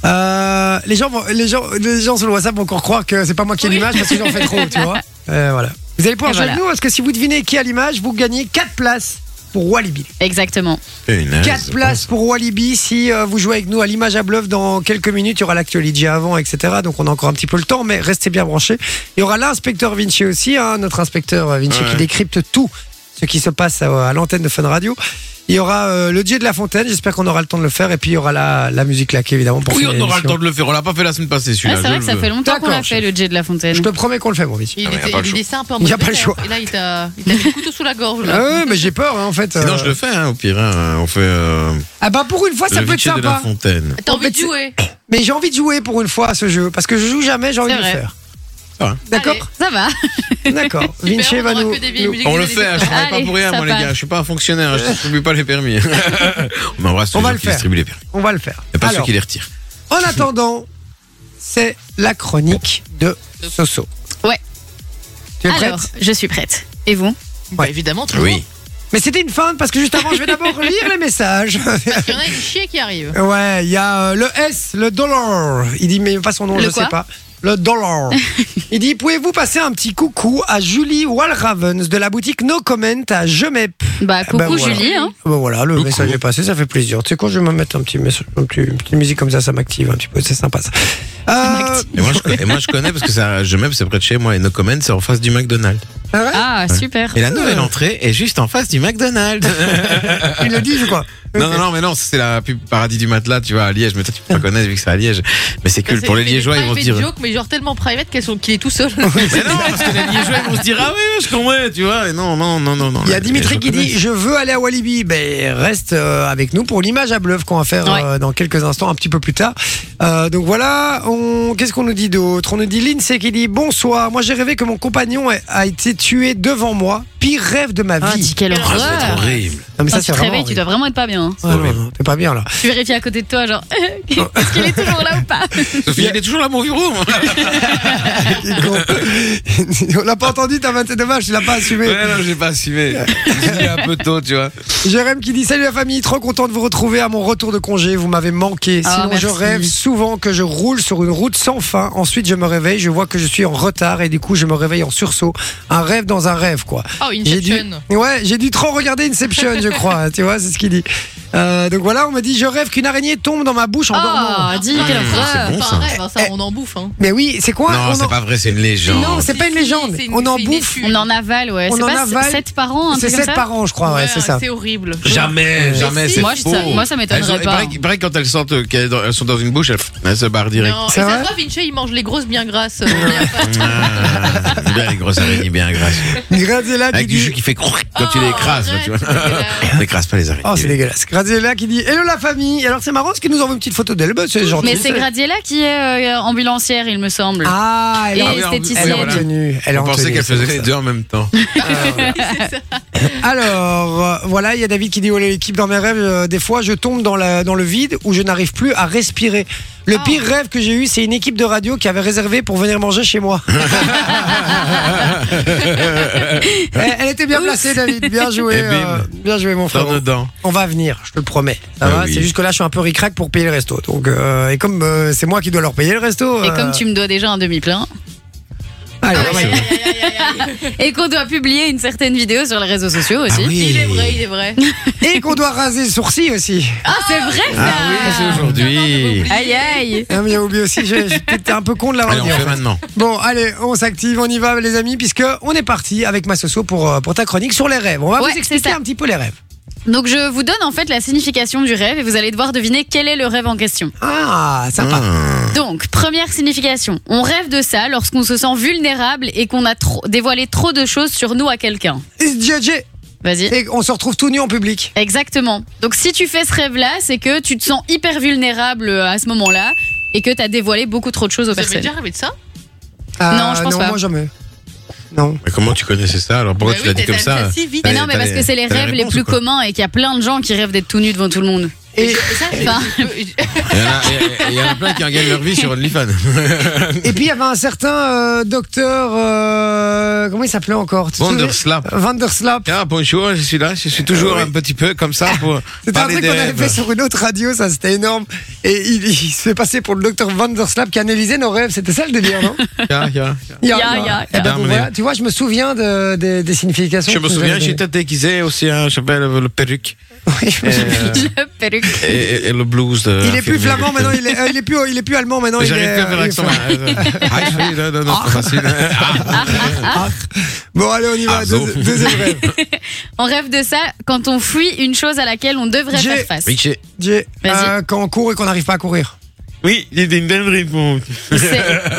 C: Euh, les gens vont- les gens les gens sur le WhatsApp vont encore croire que c'est pas moi qui ai
F: Oui.
C: l'image parce que j'en fais trop, tu vois. Euh, voilà. Vous allez pouvoir
D: Et
C: jouer
D: voilà.
C: avec nous parce que si vous devinez qui a l'image, vous gagnez 4 places pour Walibi.
D: Exactement.
E: Punaise.
C: 4 places pour Walibi si euh, vous jouez avec nous à l'image à bluff dans quelques minutes. Il y aura l'actualité avant, etc. Donc on a encore un petit peu le temps, mais restez bien branchés. Il y aura l'inspecteur Vinci aussi, hein, notre inspecteur euh, Vinci
E: Ouais.
C: qui décrypte tout ce qui se passe euh, à, à l'antenne de Fun Radio. Il y aura euh, le dieu de la fontaine, j'espère qu'on aura le temps de le faire. Et puis il y aura la, la musique claquée évidemment pour
E: Oui,
C: finir
E: on aura le
C: l'émission.
E: temps de le faire. On l'a pas fait la semaine passée,
D: Ouais,
E: celui-là.
D: Ah, c'est vrai
E: je
D: que ça
E: le-
D: fait longtemps qu'on
C: D'accord,
D: l'a fait, le jet de la fontaine.
C: Je te promets qu'on le fait, mon Vinci.
F: Il
E: Ah, mais y a
F: était
E: pas le
F: il
E: choix.
F: laissait un peu en
C: Y a
F: mode
C: pas le
F: de
C: choix.
F: terre. Et là, il t'a il t'a mis le couteau sous la gorge.
C: Ah
F: là.
C: ouais, mais j'ai peur hein, en fait.
E: Sinon,
C: euh.
E: je le fais, hein, au pire. hein, on fait euh,
C: Ah bah pour une fois, ça
E: le
C: peut être
E: Vinci de la
C: sympa.
E: fontaine.
F: T'as
C: en
F: envie
C: fait,
F: de jouer
C: Mais j'ai envie de jouer pour une fois à ce jeu parce que je joue jamais, j'ai envie de
D: C'est
C: le
D: vrai.
C: faire.
E: Ah ouais.
C: D'accord,
F: Allez.
D: Ça va.
C: d'accord.
F: Super,
C: Vinci
F: on
C: va
F: aura
C: nous.
F: que des vieilles
C: nous-
F: musiques
E: On le
F: des
E: fait, hein,
F: années
E: je travaille pas
D: Allez,
E: pour rien,
D: ça
E: moi, les
D: passe.
E: gars. Je suis pas un fonctionnaire, hein, je distribue pas les permis. on embrasse tous
C: On
E: les
C: va
E: gens
C: le
E: qui
C: faire.
E: distribuent les permis.
C: On va le faire.
E: Et pas ceux
C: Alors,
E: qui les retirent.
C: En attendant, c'est la chronique de Soso.
D: Ouais.
C: Tu es
D: Alors,
C: prête
D: je suis prête. Et vous
F: Bah, évidemment, tout le monde.
E: Oui.
C: Mais c'était une feinte parce que juste avant, je vais d'abord lire les messages.
F: Parce qu'il y en a une chier qui arrive.
C: ouais, il y a euh, le S, le dollar. Il dit mais pas son nom,
D: Le
C: je
D: quoi
C: sais pas. le dollar. Il dit Pouvez-vous passer un petit coucou à Julie Walravens de la boutique No Comment à Jemep
D: Bah, coucou
C: Ben voilà.
D: Julie. hein.
C: Bon voilà, le
E: Coucou.
C: message est passé, ça fait plaisir. Tu sais quoi, je vais me mettre un petit message, un petit- une petite musique comme ça, ça m'active un petit peu, c'est sympa ça. Euh,
E: Et moi, je connais, et moi, je connais parce que ça, je même c'est près de chez moi et No Comment c'est en face du McDonald's.
C: ah ouais
D: Ah, super.
E: Et la nouvelle entrée est juste en face du McDonald's.
C: Il le dit, je crois.
E: non, non, non, mais non, c'est la pub paradis du matelas, tu vois, à Liège. Mais toi, tu peux pas connaître vu que c'est à Liège. Mais c'est cool.
F: Bah, C'est-
E: Pour les
F: c'est des
E: Liégeois, ils vont se
F: private
E: dire.
F: joke, mais genre tellement private qu'elles sont- qu'il est tout seul.
E: Mais non, parce que les Liégeois, ils vont se dire, ah oui, je comprends, tu vois. Et non, non, non, non, non.
C: Il y a
E: les-
C: Dimitri
E: les
C: qui dit Je veux aller à Walibi. Ben, reste euh, avec nous pour l'image à bluff qu'on va faire
D: Ouais.
C: euh, dans quelques instants, un petit peu plus tard. Euh, donc voilà, on... qu'est-ce qu'on nous dit d'autre On nous dit Lindsay qui dit Bonsoir, moi j'ai rêvé que mon compagnon a- a été tué devant moi. Pire rêve de ma
D: Ah,
C: vie.
D: dis, quelle
E: Ah, ça doit être
D: horreur.
E: horrible.
C: Non, mais ça,
D: Quand tu
C: c'est
D: te
C: vraiment.
D: réveilles, tu dois vraiment être pas bien. hein.
C: Ah non, non, T'es pas bien là.
D: Tu vérifies à côté de toi, genre, est-ce qu'il est toujours là ou pas
E: Sophie, elle est toujours là, mon bureau. moi.
C: on l'a pas entendu, t'as 27 dommages, tu l'as pas assumé.
E: Ouais, non, j'ai pas assumé. C'était un peu tôt, tu vois.
C: Jérém qui dit Salut la famille, trop content de vous retrouver à mon retour de congé, vous m'avez manqué.
D: Ah,
C: Sinon, je
D: merci.
C: rêve souvent que je roule sur une route sans fin. Ensuite, je me réveille, je vois que je suis en retard et du coup, je me réveille en sursaut. Un rêve dans un rêve, quoi.
F: Oh,
C: J'ai dû,
F: Inception.
C: ouais, j'ai dû trop regarder Inception, je crois. Tu vois, c'est ce qu'il dit. Euh, donc voilà, on me dit Je rêve qu'une araignée tombe dans ma bouche en dormant.
D: Ah, dis, quelle
E: Ouais,
D: horreur.
E: bon,
F: Enfin,
E: ça.
F: un rêve, hein, ça, on en bouffe. Hein.
C: Mais oui, c'est quoi
E: Non,
C: On en-
E: c'est pas vrai, c'est une légende.
C: Eh, Non, c'est pas une
F: Si, si,
C: légende.
F: c'est une-
C: On en
F: c'est une
C: bouffe.
F: étude.
D: On en avale, ouais.
C: On
D: C'est
C: en
D: pas
C: avale.
D: 7 par an, un
C: C'est
D: truc comme
C: sept
D: ça
C: par an, je crois, ouais,
F: Ouais,
C: c'est ça.
F: C'est horrible.
E: Jamais, jamais, c'est
D: Moi, je-
E: faux.
D: ça- moi, ça m'étonnerait
E: Elles ont- il
D: pas.
E: paraît- Il paraît que quand elles sentent euh, qu'elles dans- elles sont dans une bouche, elles, elles se barrent direct.
F: Non, et
C: C'est
F: ça
C: vrai
F: va, Vinci, il mange les grosses bien grasses. euh, bien grasses.
E: Ah, bien les grosses araignées, bien grasses.
C: Graziella qui
E: Avec du
C: dit-
E: jus qui fait croc quand tu les écrases,
F: arrête,
E: tu vois.
F: c'est dégueulasse.
E: N'écrase pas les araignées.
C: Oh, c'est dégueulasse. Graziella qui dit Hello la famille. Alors, c'est marrant parce qu'ils nous envoie une petite photo d'elle. Bah, c'est gentil.
D: Mais c'est Gradiella qui est euh, ambulancière, il me semble.
C: Ah, elle
D: Et
C: est
E: oui,
D: esthéticienne.
E: oui, voilà.
C: tenue. Elle est
E: On
C: en
E: pensait
C: tenue,
E: qu'elles
C: c'est
E: faisaient
C: pour
E: les
C: ça.
E: deux en même temps.
C: Alors, euh, voilà, il y a David qui dit Oh l'équipe dans mes rêves, euh, des fois je tombe dans, la, dans le vide où je n'arrive plus à respirer.
D: Ah.
C: Le pire rêve que j'ai eu, c'est une équipe de radio qui avait réservé pour venir manger chez moi. elle, elle était bien placée, David. Bien joué.
E: Et bim.
C: euh, bien joué, mon frère.
E: Dans dedans.
C: On va venir, je te le promets. Ça
E: Ah
C: va
E: oui.
C: C'est juste que là, je suis un peu ric pour payer le resto. Donc, euh, et comme euh, c'est moi qui dois leur payer le resto.
D: Et
C: euh,
D: comme tu Ah, me dois déjà un demi-plein,
C: allez, on va y aller.
D: et qu'on doit publier une certaine vidéo sur les réseaux sociaux aussi.
C: Ah
F: Il est vrai, il est vrai.
C: Et qu'on doit raser le sourcil aussi.
D: Ah, c'est vrai ça
E: Ah oui, c'est aujourd'hui.
D: Aïe aïe
C: Ah, mais j'ai oublié aussi, je- j'étais un peu con de l'avoir
E: Allez, on
C: dit. en
E: fait
C: fait.
E: maintenant.
C: Bon, allez, on s'active, on y va, les amis, puisque on est parti avec Massoso pour, euh, pour ta chronique sur les rêves. On va
D: Ouais,
C: vous expliquer
D: c'est ça.
C: un petit peu les rêves.
D: Donc je vous donne en fait la signification du rêve et vous allez devoir deviner quel est le rêve en question.
C: Ah, sympa.
D: Donc, première signification, on rêve de ça lorsqu'on se sent vulnérable et qu'on a trop- dévoilé trop de choses sur nous à quelqu'un.
E: Mmh.
C: It's JJ.
D: Vas-y.
C: Et on se retrouve tout nu en public.
D: Exactement. Donc si tu fais ce rêve-là, c'est que tu te sens hyper vulnérable euh, à ce moment-là et que tu as dévoilé beaucoup trop de choses aux
F: Vous avez
D: personnes.
F: déjà rêvé de ça
C: Euh,
D: Non, je pense
C: non,
D: pas.
C: moi jamais. Non.
E: Mais comment tu connaissais ça Alors pourquoi
F: Bah
E: tu l'as
F: oui,
E: dit comme
F: t'as-
E: ça
F: t'as si vite.
E: t'as
D: Mais
E: les-
D: non, mais
E: t'as
D: parce que
E: les-
D: c'est les
E: t'as les
D: rêves les
E: réponses
D: plus
E: ou quoi
D: communs et qu'il y a plein de gens qui rêvent d'être tout nus devant tout le monde.
F: Et
C: Et,
F: ça, je-
D: Enfin.
F: je- je-
E: Il y en a- il y en a plein qui en gagnent leur vie sur OnlyFans.
C: et puis, il y avait un certain euh, docteur. euh, comment il s'appelait encore Tu te souviens
E: Vanderslap.
C: Vanderslap.
E: Ah, bonjour, je suis là, je suis toujours un petit peu comme ça pour
C: C'était un
E: parler
C: truc
E: des
C: qu'on avait fait
E: rêves.
C: sur une autre radio, ça c'était énorme. Et il, il se fait passer pour le docteur Vanderslap qui analysait nos rêves. C'était ça le délire, non
E: Yeah, yeah.
C: Ya,
D: Ya,
C: ya.
D: ya,
C: Eh ben,
E: ya.
C: donc, voilà, tu vois, je me souviens de, des- des significations.
E: Je
C: que
E: me
C: vous
E: souviens,
C: avez
E: j'étais déguisé aussi, hein, j'avais le, le perruque
C: données. Oui, je me
E: et,
C: souviens.
E: euh,
D: Le perruque.
E: et, et- et le blues. de
C: Il est plus
E: infirmier.
C: flamand maintenant, il est, euh, il est plus, il est plus allemand maintenant.
E: Mais
C: il
E: Euh, J'arrive
C: est,
E: plus à faire
C: euh, il est
E: l'accent.
C: flamand.
E: Ah, je suis- non, non, non, c'est facile.
C: Bon, allez, on y va.
E: Arzo.
C: deux- Deuxième rêve.
D: On rêve de ça quand on fuit une chose à laquelle on devrait
C: J'ai-
D: faire face.
E: Oui, j'ai-
C: Jay,
D: Vas-y.
C: euh, quand on court et qu'on n'arrive pas à courir.
E: oui, il est une belle réponse.
D: C'est-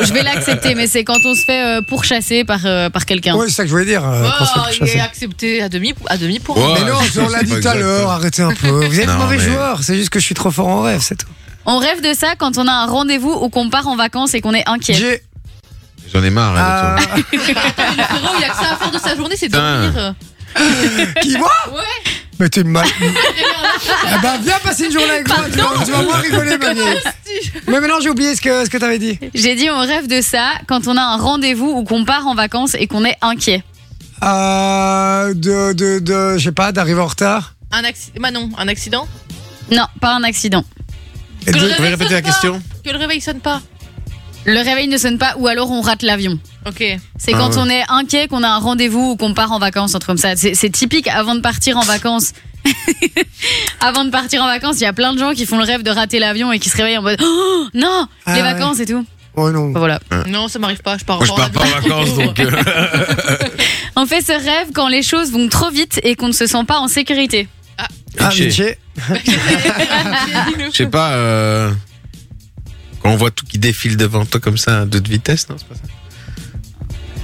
D: Je vais l'accepter, mais c'est quand on se fait euh, pourchasser par, euh, par quelqu'un.
C: Ouais, c'est ça que je voulais dire. euh, quand on se fait
F: Oh, il
C: chasser.
F: est accepté à demi, à demi pour.
E: Ouais.
F: un.
E: Ah,
C: mais non,
E: c'est-
C: on
E: c'est
C: l'a
E: pas
C: dit tout à
E: exact. hein.
C: l'heure, arrêtez un peu. Vous êtes
E: Non,
C: mauvais
E: mais-
C: joueur, c'est juste que je suis trop fort en rêve, c'est tout.
D: On rêve de ça quand on a un rendez-vous ou qu'on part en vacances et qu'on est inquiet.
C: Jay,
E: J'en ai marre. hein, de
C: euh,
E: toi.
F: Le frérot, il a que ça à faire de sa journée, c'est
E: Putain.
F: dormir.
C: qui, moi
F: Ouais.
C: Mais t'es mal. ah bah, viens passer une journée avec moi, tu vas, tu vas moins rigoler, ma vieille. Mais maintenant, j'ai oublié ce que, ce que t'avais dit.
D: J'ai dit on rêve de ça quand on a un rendez-vous ou qu'on part en vacances et qu'on est inquiet.
C: Euh, de, de, de, je sais pas, d'arriver en retard.
F: Un accident. Manon, un accident.
D: Non, pas un accident.
C: Et
F: Que
C: de-
F: le
E: Vous pouvez
F: réveil
E: répéter
F: sonne
E: la
F: pas.
E: question
F: Que le réveil sonne pas.
D: Le réveil ne sonne pas ou alors on rate l'avion.
F: Ok.
D: C'est
E: Ah
D: quand
E: ouais.
D: on est inquiet, qu'on a un rendez-vous ou qu'on part en vacances, un truc comme ça. C'est c'est typique avant de partir en vacances. avant de partir en vacances, il y a plein de gens qui font le rêve de rater l'avion et qui se réveillent en mode Oh non,
C: Ah
D: les
C: ouais.
D: vacances et tout.
C: Oh non.
D: Enfin, Voilà.
F: Non, ça m'arrive pas, je pars
E: Moi, je pars pas en
F: avion.
E: vacances, donc. euh,
D: On fait ce rêve quand les choses vont trop vite et qu'on ne se sent pas en sécurité.
C: Ah,
E: Miché.
C: Miché.
E: Je sais pas. euh, Quand on voit tout qui défile devant toi comme ça à toute vitesse, non c'est pas ça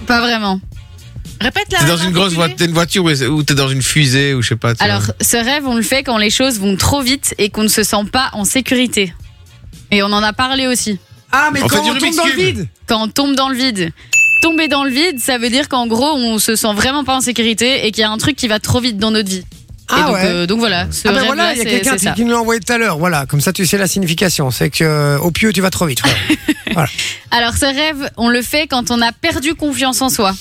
D: Pas vraiment.
F: Répète la.
E: T'es dans une grosse voiture,
F: l'intitulé.
E: t'es une voiture ou ou t'es dans une fusée ou je sais pas. tu
D: Alors,
E: vois.
D: ce rêve, on le fait quand les choses vont trop vite et qu'on ne se sent pas en sécurité. Et on en a parlé aussi.
C: Ah, mais
E: On fait
C: quand
E: du
C: on tombe
E: Rubik's
C: dans le
E: Cube.
C: vide.
D: Quand on tombe dans le vide. Tomber dans le vide, ça veut dire qu'en gros, on se sent vraiment pas en sécurité et qu'il y a un truc qui va trop vite dans notre vie. Et
C: Ah
D: donc,
C: ouais.
D: euh, donc voilà, ce
C: Ah ben
D: rêve-là,
C: voilà, il y a
D: c'est-
C: quelqu'un
D: c'est
C: qui,
D: ça.
C: qui nous l'a envoyé tout à l'heure. Voilà, comme ça tu sais la signification. C'est que euh, au pieu tu vas trop vite. voilà.
D: Alors, ce rêve, on le fait quand on a perdu confiance en soi.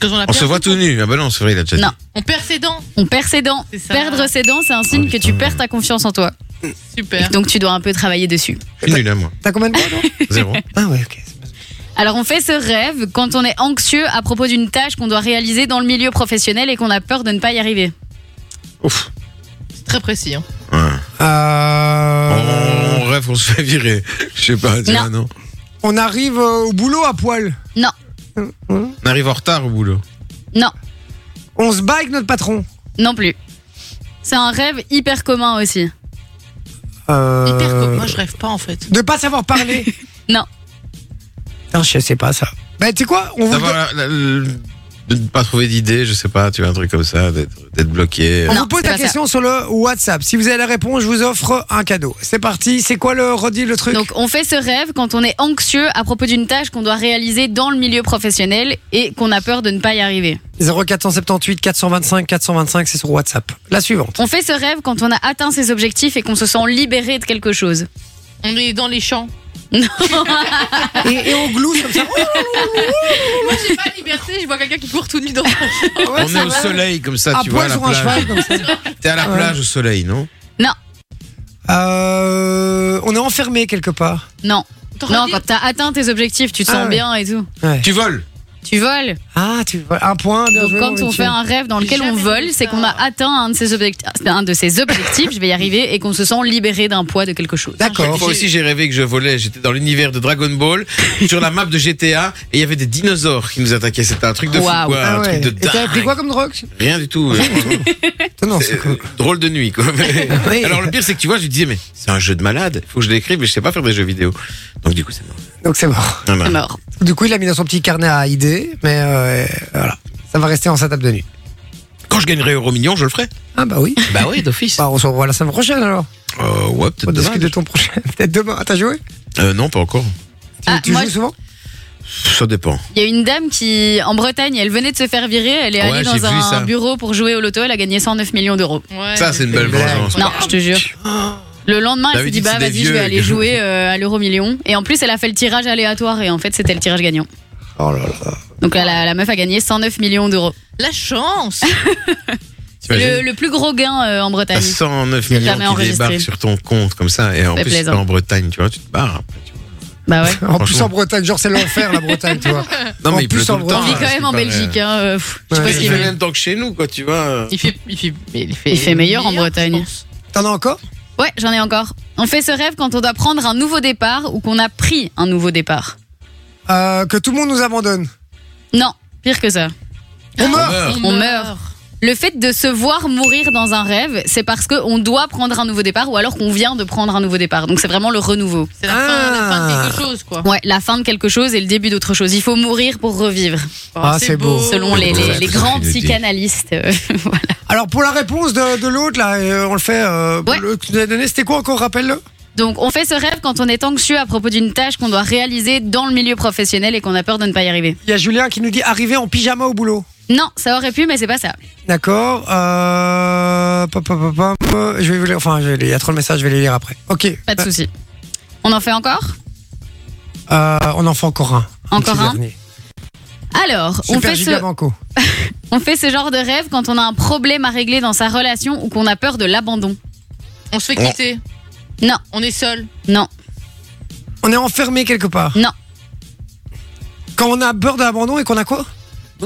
F: Quand on, a
E: on se
F: perdu-
E: voit tout nu. Ah bah non, c'est vrai, il a déjà dit.
D: Non.
F: On perd ses dents.
D: On perd ses dents.
F: C'est ça.
D: Perdre ses dents, c'est un signe que tu
E: putain.
D: perds ta confiance en toi.
F: Super.
D: Donc, tu dois un peu travailler dessus.
E: Je suis nul, hein, moi.
C: T'as combien de points toi
E: Zéro.
C: Ah ouais, ok. c'est pas-
D: Alors on fait ce rêve quand on est anxieux à propos d'une tâche qu'on doit réaliser dans le milieu professionnel et qu'on a peur de ne pas y arriver.
E: Ouf.
F: C'est très précis. hein.
E: Ouais.
C: Euh,
E: On rêve, on se fait virer. Je sais pas, tu
D: Non.
E: vois, non.
C: On arrive euh, au boulot à poil.
E: On arrive en retard au boulot.
D: Non,
C: On se bat avec notre patron.
D: non plus. C'est un rêve hyper commun aussi.
C: Euh,
F: Hyper comme moi, je rêve pas en fait.
C: De pas savoir parler.
D: Non.
C: Putain, je sais pas ça. Bah tu sais quoi On vous
E: D'avoir
C: donne-
E: la- la- le- de ne pas trouver d'idée, je sais pas, tu vois, un truc comme ça, d'être d'être bloqué.
C: on
D: Non,
C: vous pose
D: c'est
C: la
D: pas ça.
C: question sur le WhatsApp. Si vous avez la réponse, je vous offre un cadeau. C'est parti. C'est quoi le redit le truc
D: Donc on fait ce rêve quand on est anxieux à propos d'une tâche qu'on doit réaliser dans le milieu professionnel et qu'on a peur de ne pas y arriver.
C: 0478 425 425, c'est sur WhatsApp. La suivante.
D: On fait ce rêve quand on a atteint ses objectifs et qu'on se sent libéré de quelque chose.
F: On est dans les champs.
C: Et, et on glousse comme ça.
F: Moi, j'ai pas de liberté, je vois quelqu'un qui court tout nu dans
C: Ouais,
E: on
C: ça
E: est au
C: va.
E: soleil comme ça,
C: À
E: tu vois, à
C: poil
E: la
C: sur un
E: plage.
C: cheval comme ça.
E: T'es à la
C: Ouais.
E: plage au soleil, non
C: Euh, on est enfermé quelque part.
D: Non,
F: T'aurais
D: non,
F: dit-
D: quand t'as atteint tes objectifs, tu te
C: Ah
D: sens
C: ouais.
D: bien et tout.
C: Ouais.
E: Tu voles
D: Tu voles.
C: Ah, tu vois, un point. bien
D: Donc
C: joué,
D: quand
C: mon
D: on
C: Michel.
D: fait un rêve dans
F: J'ai
D: lequel on
F: jamais
D: vole,
F: vu
D: c'est
F: ça.
D: qu'on a atteint un de ses objectifs, un de ses objectifs, je vais y arriver, et qu'on se sent libéré d'un poids de quelque chose.
E: Une
C: D'accord.
E: fois aussi, j'ai rêvé que je volais. J'étais dans l'univers de Dragon Ball, sur la map de GTA, et il y avait des dinosaures qui nous attaquaient. C'était un truc de fou,
D: Waouh.
E: quoi,
C: Ah
E: un
C: ouais.
E: truc de
C: Et t'avais
E: dingue.
C: pris quoi comme drogue
E: Rien du tout. euh,
C: Non,
E: c'est,
C: c'est cool.
E: euh, drôle de nuit, quoi. Mais-
C: Oui.
E: Alors le pire, c'est que tu vois, je lui disais, mais c'est un jeu de malade. Faut que je l'écrive, mais je sais pas faire des jeux vidéo. Donc du coup, c'est mort.
C: Donc c'est mort.
E: Ah, bah.
D: C'est mort.
C: Du coup, il a mis dans son petit carnet à idées, mais euh, voilà. Ça va rester en sa table de nuit.
E: Quand je gagnerai Euro Million, je le ferai.
C: Ah bah oui.
E: Bah oui, d'office.
C: Bah, on se revoit la semaine prochaine alors.
E: Euh, ouais, peut-être
C: On
E: demain.
C: discute de ton prochain. Peut-être demain. Ah, T'as joué
E: Euh, non, pas encore.
C: Tu,
D: Ah,
C: tu
D: moi,
C: joues
D: je-
C: souvent
E: Ça dépend.
D: Il y a une dame qui, en Bretagne, elle venait de se faire virer, elle est
E: Ouais,
D: allée
E: j'ai
D: dans
E: vu ça.
D: un bureau pour jouer au loto, elle a gagné 109 millions d'euros.
F: Ouais,
E: Ça, c'est une belle
C: blague.
E: vengeance.
D: Non, je te jure. Le lendemain,
E: Oh Bah
D: elle
E: oui,
D: s'est dit,
E: dites,
D: bah
E: c'est des
D: vas-y, je
E: vieux,
D: vais
E: les
D: aller
E: gars.
D: jouer euh, à l'euro million. Et en plus, elle a fait le tirage aléatoire, et en fait, c'était le tirage gagnant.
C: Oh là là.
D: Donc là, la, la meuf a gagné 109 millions d'euros.
F: La chance
D: Le,
E: T'imagines
D: le plus gros gain euh, en
E: T'as
D: Bretagne.
E: 109
D: Jamais
E: millions qui
D: enregistré.
E: débarquent sur ton compte comme ça, et en
D: C'est
E: plus, c'est
D: plaisant.
E: en Bretagne, tu vois, tu te barres. après, tu vois.
D: Bah ouais.
C: En plus
E: Franchement.
C: en Bretagne, genre c'est l'enfer la Bretagne, tu vois.
E: Non,
C: En
E: mais il
C: plus,
E: pleut
C: en
E: tout le temps.
D: On vit
E: hein,
D: quand même en
E: c'est pas-
D: Belgique, hein, euh, pff, je sais
C: Ouais.
D: pas ce
E: Il
D: qu'il
E: fait le
D: veut.
E: même temps que chez nous, quoi, tu vois.
F: il fait, il, fait, il, fait
D: Il fait meilleur en Bretagne.
F: je pense.
C: T'en as encore
D: Ouais, j'en ai encore. On fait ce rêve quand on doit prendre un nouveau départ ou qu'on a pris un nouveau départ.
C: Euh, Que tout le monde nous abandonne.
D: Non, pire que ça.
C: On meurt
E: meurt.
D: On meurt. Le fait de se voir mourir dans un rêve, c'est parce qu'on doit prendre un nouveau départ ou alors qu'on vient de prendre un nouveau départ. Donc c'est vraiment le renouveau.
F: C'est la, fin, la fin
C: Ah.
F: de quelque chose, quoi.
D: Ouais, la fin de quelque chose et le début d'autre chose. Il faut mourir pour revivre,
F: Oh,
C: Ah, c'est beau.
D: selon les, les-
E: Ouais,
D: les
E: c'est
D: grands
E: ce qu'il dit.
D: psychanalystes. Euh, voilà.
C: Alors pour la réponse de, de l'autre, là, euh, on le fait. Euh,
D: Ouais.
C: le- que tu nous as donné, c'était quoi encore Rappelle-le.
D: Donc on fait ce rêve quand on est anxieux à propos d'une tâche qu'on doit réaliser dans le milieu professionnel et qu'on a peur de ne pas y arriver.
C: Il y a Julien qui nous dit arriver en pyjama au boulot.
D: Non, ça aurait pu, mais c'est pas ça.
C: D'accord. Euh... pop, pop, pop, pop. Je vais vous les... Enfin, je vais les- il y a trop de messages, je vais les lire après. Ok.
D: Pas de souci. On en fait encore
C: Euh, on en fait encore un.
D: Encore
C: petit
D: un
C: dernier.
D: Alors, on
C: Super
D: fait,
C: Giga
D: ce,
C: Banco.
D: on fait ce genre de rêve quand on a un problème à régler dans sa relation ou qu'on a peur de l'abandon.
F: On se fait quitter.
D: Non.
F: On est seul.
D: Non.
C: on est enfermé quelque part
D: Non.
C: Quand on a peur de l'abandon et qu'on a quoi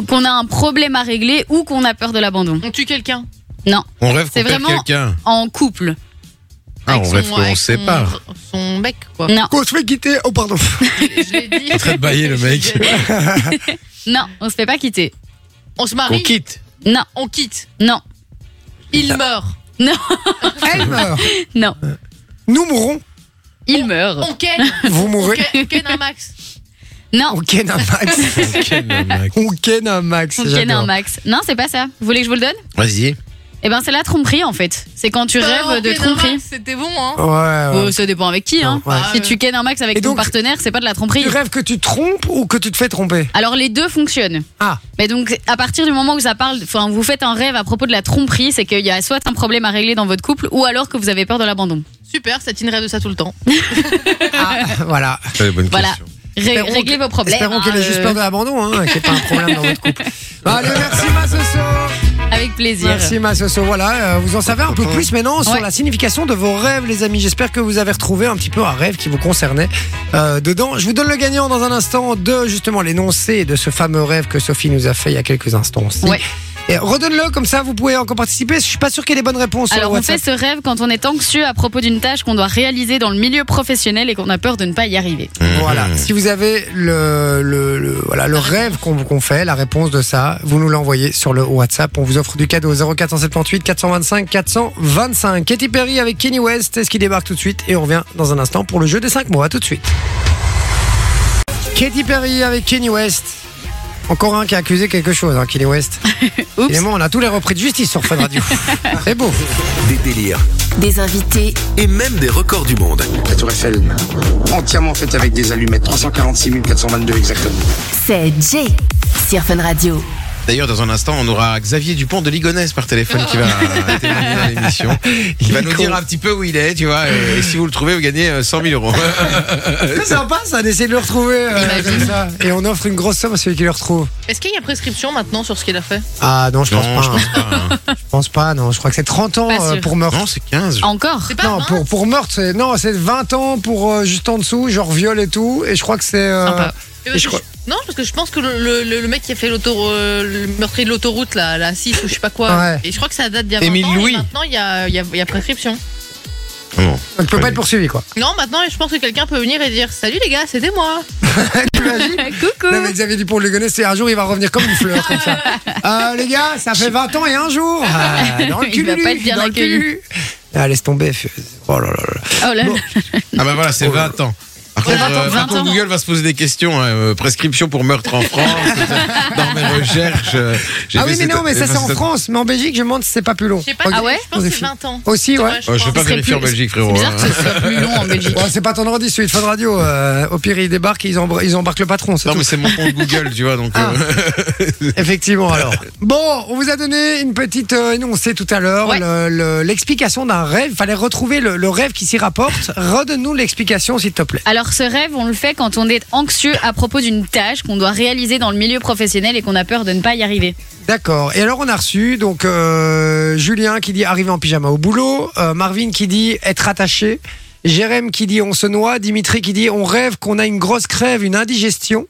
D: Qu'on a un problème à régler ou qu'on a peur de l'abandon.
F: On tue quelqu'un.
D: Non,
E: On rêve
D: C'est
E: qu'on perd
D: vraiment-
E: quelqu'un.
D: en couple.
E: Ah,
F: Avec
E: on
F: son-
E: rêve qu'on
F: avec
E: se
F: son-
E: sépare.
F: Son mec, quoi.
D: Non,
C: Qu'on se fait quitter Oh pardon
F: Je l'ai dit.
E: En train de bailler, le mec.
D: non, on se fait pas quitter.
F: On se
E: Qu'on
F: marie,
E: quitte.
D: Non,
F: on quitte.
D: non,
F: Il meurt.
C: Elle meurt
D: non.
C: Nous mourrons
D: Il meurt.
F: On ken.
C: Vous
F: On
C: mourrez
F: ken, on ken un max.
D: Non,
C: Ah, On ken un max
E: Quel mec.
C: On ken un max
D: on tienne un max. Non, c'est pas ça. Vous voulez que je vous le donne
E: Vas-y.
D: Eh ben, c'est la tromperie en fait. C'est quand tu
F: Euh, on
D: rêves de
F: ken un max, Ah,
D: tromperie.
F: C'était bon, hein.
C: Ouais, ouais.
D: Euh, ça dépend avec qui. Hein.
C: Ouais.
D: Si tu ken un max
C: Et
D: avec ton
C: donc-
D: partenaire, c'est pas de la tromperie.
C: Tu rêves que tu trompes ou que tu te fais tromper
D: Alors les deux fonctionnent.
C: Ah.
D: Mais donc à partir du moment où ça parle, enfin vous faites un rêve à propos de la tromperie, c'est qu'il y a soit un problème à régler dans votre couple, ou alors que vous avez peur de l'abandon.
F: Super, Satine rêve de ça tout le temps.
C: Ah, voilà.
E: C'est une bonne
D: Voilà.
E: question.
D: Ré-
C: Espérons
D: réglez vos problèmes.
C: Espérons
D: hein,
C: qu'elle ait juste
D: euh,
C: peur de l'abandon, hein, qu'il n'y ait pas un problème dans votre couple. Allez, merci ma soso
D: Avec plaisir.
C: Merci ma soso. Voilà, euh, vous en savez un peu plus maintenant sur
D: Ouais.
C: la signification de vos rêves, les amis. J'espère que vous avez retrouvé un petit peu un rêve qui vous concernait euh, dedans. Je vous donne le gagnant dans un instant de justement l'énoncé de ce fameux rêve que Sophie nous a fait il y a quelques instants aussi.
D: Ouais.
C: Et redonne-le comme ça, vous pouvez encore participer. Je suis pas sûr qu'il y ait des bonnes réponses sur
D: Alors
C: le
D: on
C: WhatsApp.
D: fait ce rêve quand on est anxieux à propos d'une tâche qu'on doit réaliser dans le milieu professionnel et qu'on a peur de ne pas y arriver.
E: Mhm.
C: Voilà. Si vous avez le, le, le- voilà, le rêve qu'on qu'on fait, la réponse de ça, vous nous l'envoyez sur le WhatsApp. On vous offre du cadeau 0478 425 425. Katy Perry avec Kenny West, est-ce qu'il débarque tout de suite Et on revient dans un instant pour le jeu des 5 mots. À tout de suite. Katy Perry avec Kenny West. Encore un qui a accusé quelque chose, hein, Kenny West.
D: Oups.
C: Évidemment, on a tous les repris de justice sur Fun Radio. C'est beau.
A: Des délires
B: Des invités,
A: et même des records du monde.
G: La tour Eiffel, entièrement faite avec des allumettes, 346 422 exactement.
B: c'est Jay sur Fun Radio.
E: D'ailleurs, dans un instant, on aura Xavier Dupont de Ligonnès par téléphone qui va
C: Ah.
E: témoigner dans l'émission. Il va nous dire un petit peu où il est, tu vois. euh, Et, et si vous le trouvez, vous gagnez euh, 100 000 euros. Euh,
C: C'est sympa ça d'essayer de le retrouver euh, comme ça. Et on offre une grosse somme à celui qui le retrouve.
F: Est-ce qu'il y a prescription maintenant sur ce qu'il a fait
C: Ah non, je pense
E: Non,
C: pas.
E: je
C: hein.
E: pense pas. hein.
C: Je pense pas, non. Je crois que c'est 30 ans
D: Pas
C: euh,
D: sûr.
C: pour meurtre.
E: Non, c'est 15. je-
D: Encore
F: C'est pas
C: Non,
F: vingt
C: pour, pour meurtre, c'est, non, c'est 20 ans pour euh, juste en dessous, genre viol et tout. Et je crois que c'est. euh,
D: Sympa.
F: Mais
C: et je
F: Ah, parce que je- Non, parce que je pense que le, le- le mec qui a fait l'auto, euh, le meurtrier de l'autoroute, là, la 6 ou je sais pas quoi,
C: Ouais.
F: et je crois que ça date d'il y a 20
E: Émile
F: ans, et
E: Louis.
F: maintenant il y a, il y a- il y a prescription.
E: Non.
C: on ne peut pas être poursuivi, quoi.
F: Non, maintenant je pense que quelqu'un peut venir et dire Salut les gars, c'était moi
C: T'imagines
D: Coucou.
C: Non, mais Xavier Dupont le connaît, c'est un jour, il va revenir comme une fleur, comme ça. Euh, les gars, ça fait 20 ans et un jour. Ah, dans le
D: Il va
C: cululu,
D: pas être bien
C: dans le
D: accueilli.
C: cululu. Ah, laisse tomber. Oh là là là.
D: Oh là là.
E: Ah bah voilà, c'est 20 ans. Par
D: Ouais,
E: contre,
D: 20 ans,
E: euh,
D: 20
E: par contre,
D: ans.
E: Google va se poser des questions. hein, euh, prescription pour meurtre en France. dans mes recherches. euh, j'ai
C: Ah
E: fait
C: oui, mais
E: cette-
C: non, mais ça
E: j'ai fait
C: c'est en
E: cette-
C: France. Mais en Belgique, je me demande si c'est pas plus long.
F: Je sais pas,
C: Ok.
D: Ah ouais
F: je pense que c'est
C: Joséphine.
F: 20 ans.
C: Aussi, ouais.
F: Ouais, je
E: Ouais, je vais
F: pense.
E: pas
D: Ce serait
E: vérifier en
D: plus-
E: Belgique,
D: C'est
E: frérot.
D: bizarre
E: hein.
D: que ce soit plus long en Belgique.
C: Ouais, c'est pas ton ordi, celui de Fun Radio. euh, au pire, ils débarquent et ils, embr- ils embarquent le patron. c'est
E: Non,
C: tout.
E: mais c'est mon compte Google, tu vois. Donc,
C: Ah.
E: euh,
C: Effectivement, alors. Bon, on vous a donné une petite euh, énoncée tout à l'heure,
D: Ouais.
C: le- le- l'explication d'un rêve. Fallait retrouver le, le rêve qui s'y rapporte. Redonne-nous l'explication, s'il te plaît.
D: Alors ce rêve, on le fait quand on est anxieux à propos d'une tâche qu'on doit réaliser dans le milieu professionnel et qu'on a peur de ne pas y arriver.
C: D'accord. Et alors, on a reçu donc euh, Julien qui dit arriver en pyjama au boulot, euh, Marvin qui dit être attaché, Jérém qui dit on se noie, Dimitri qui dit on rêve qu'on a une grosse crève, une indigestion.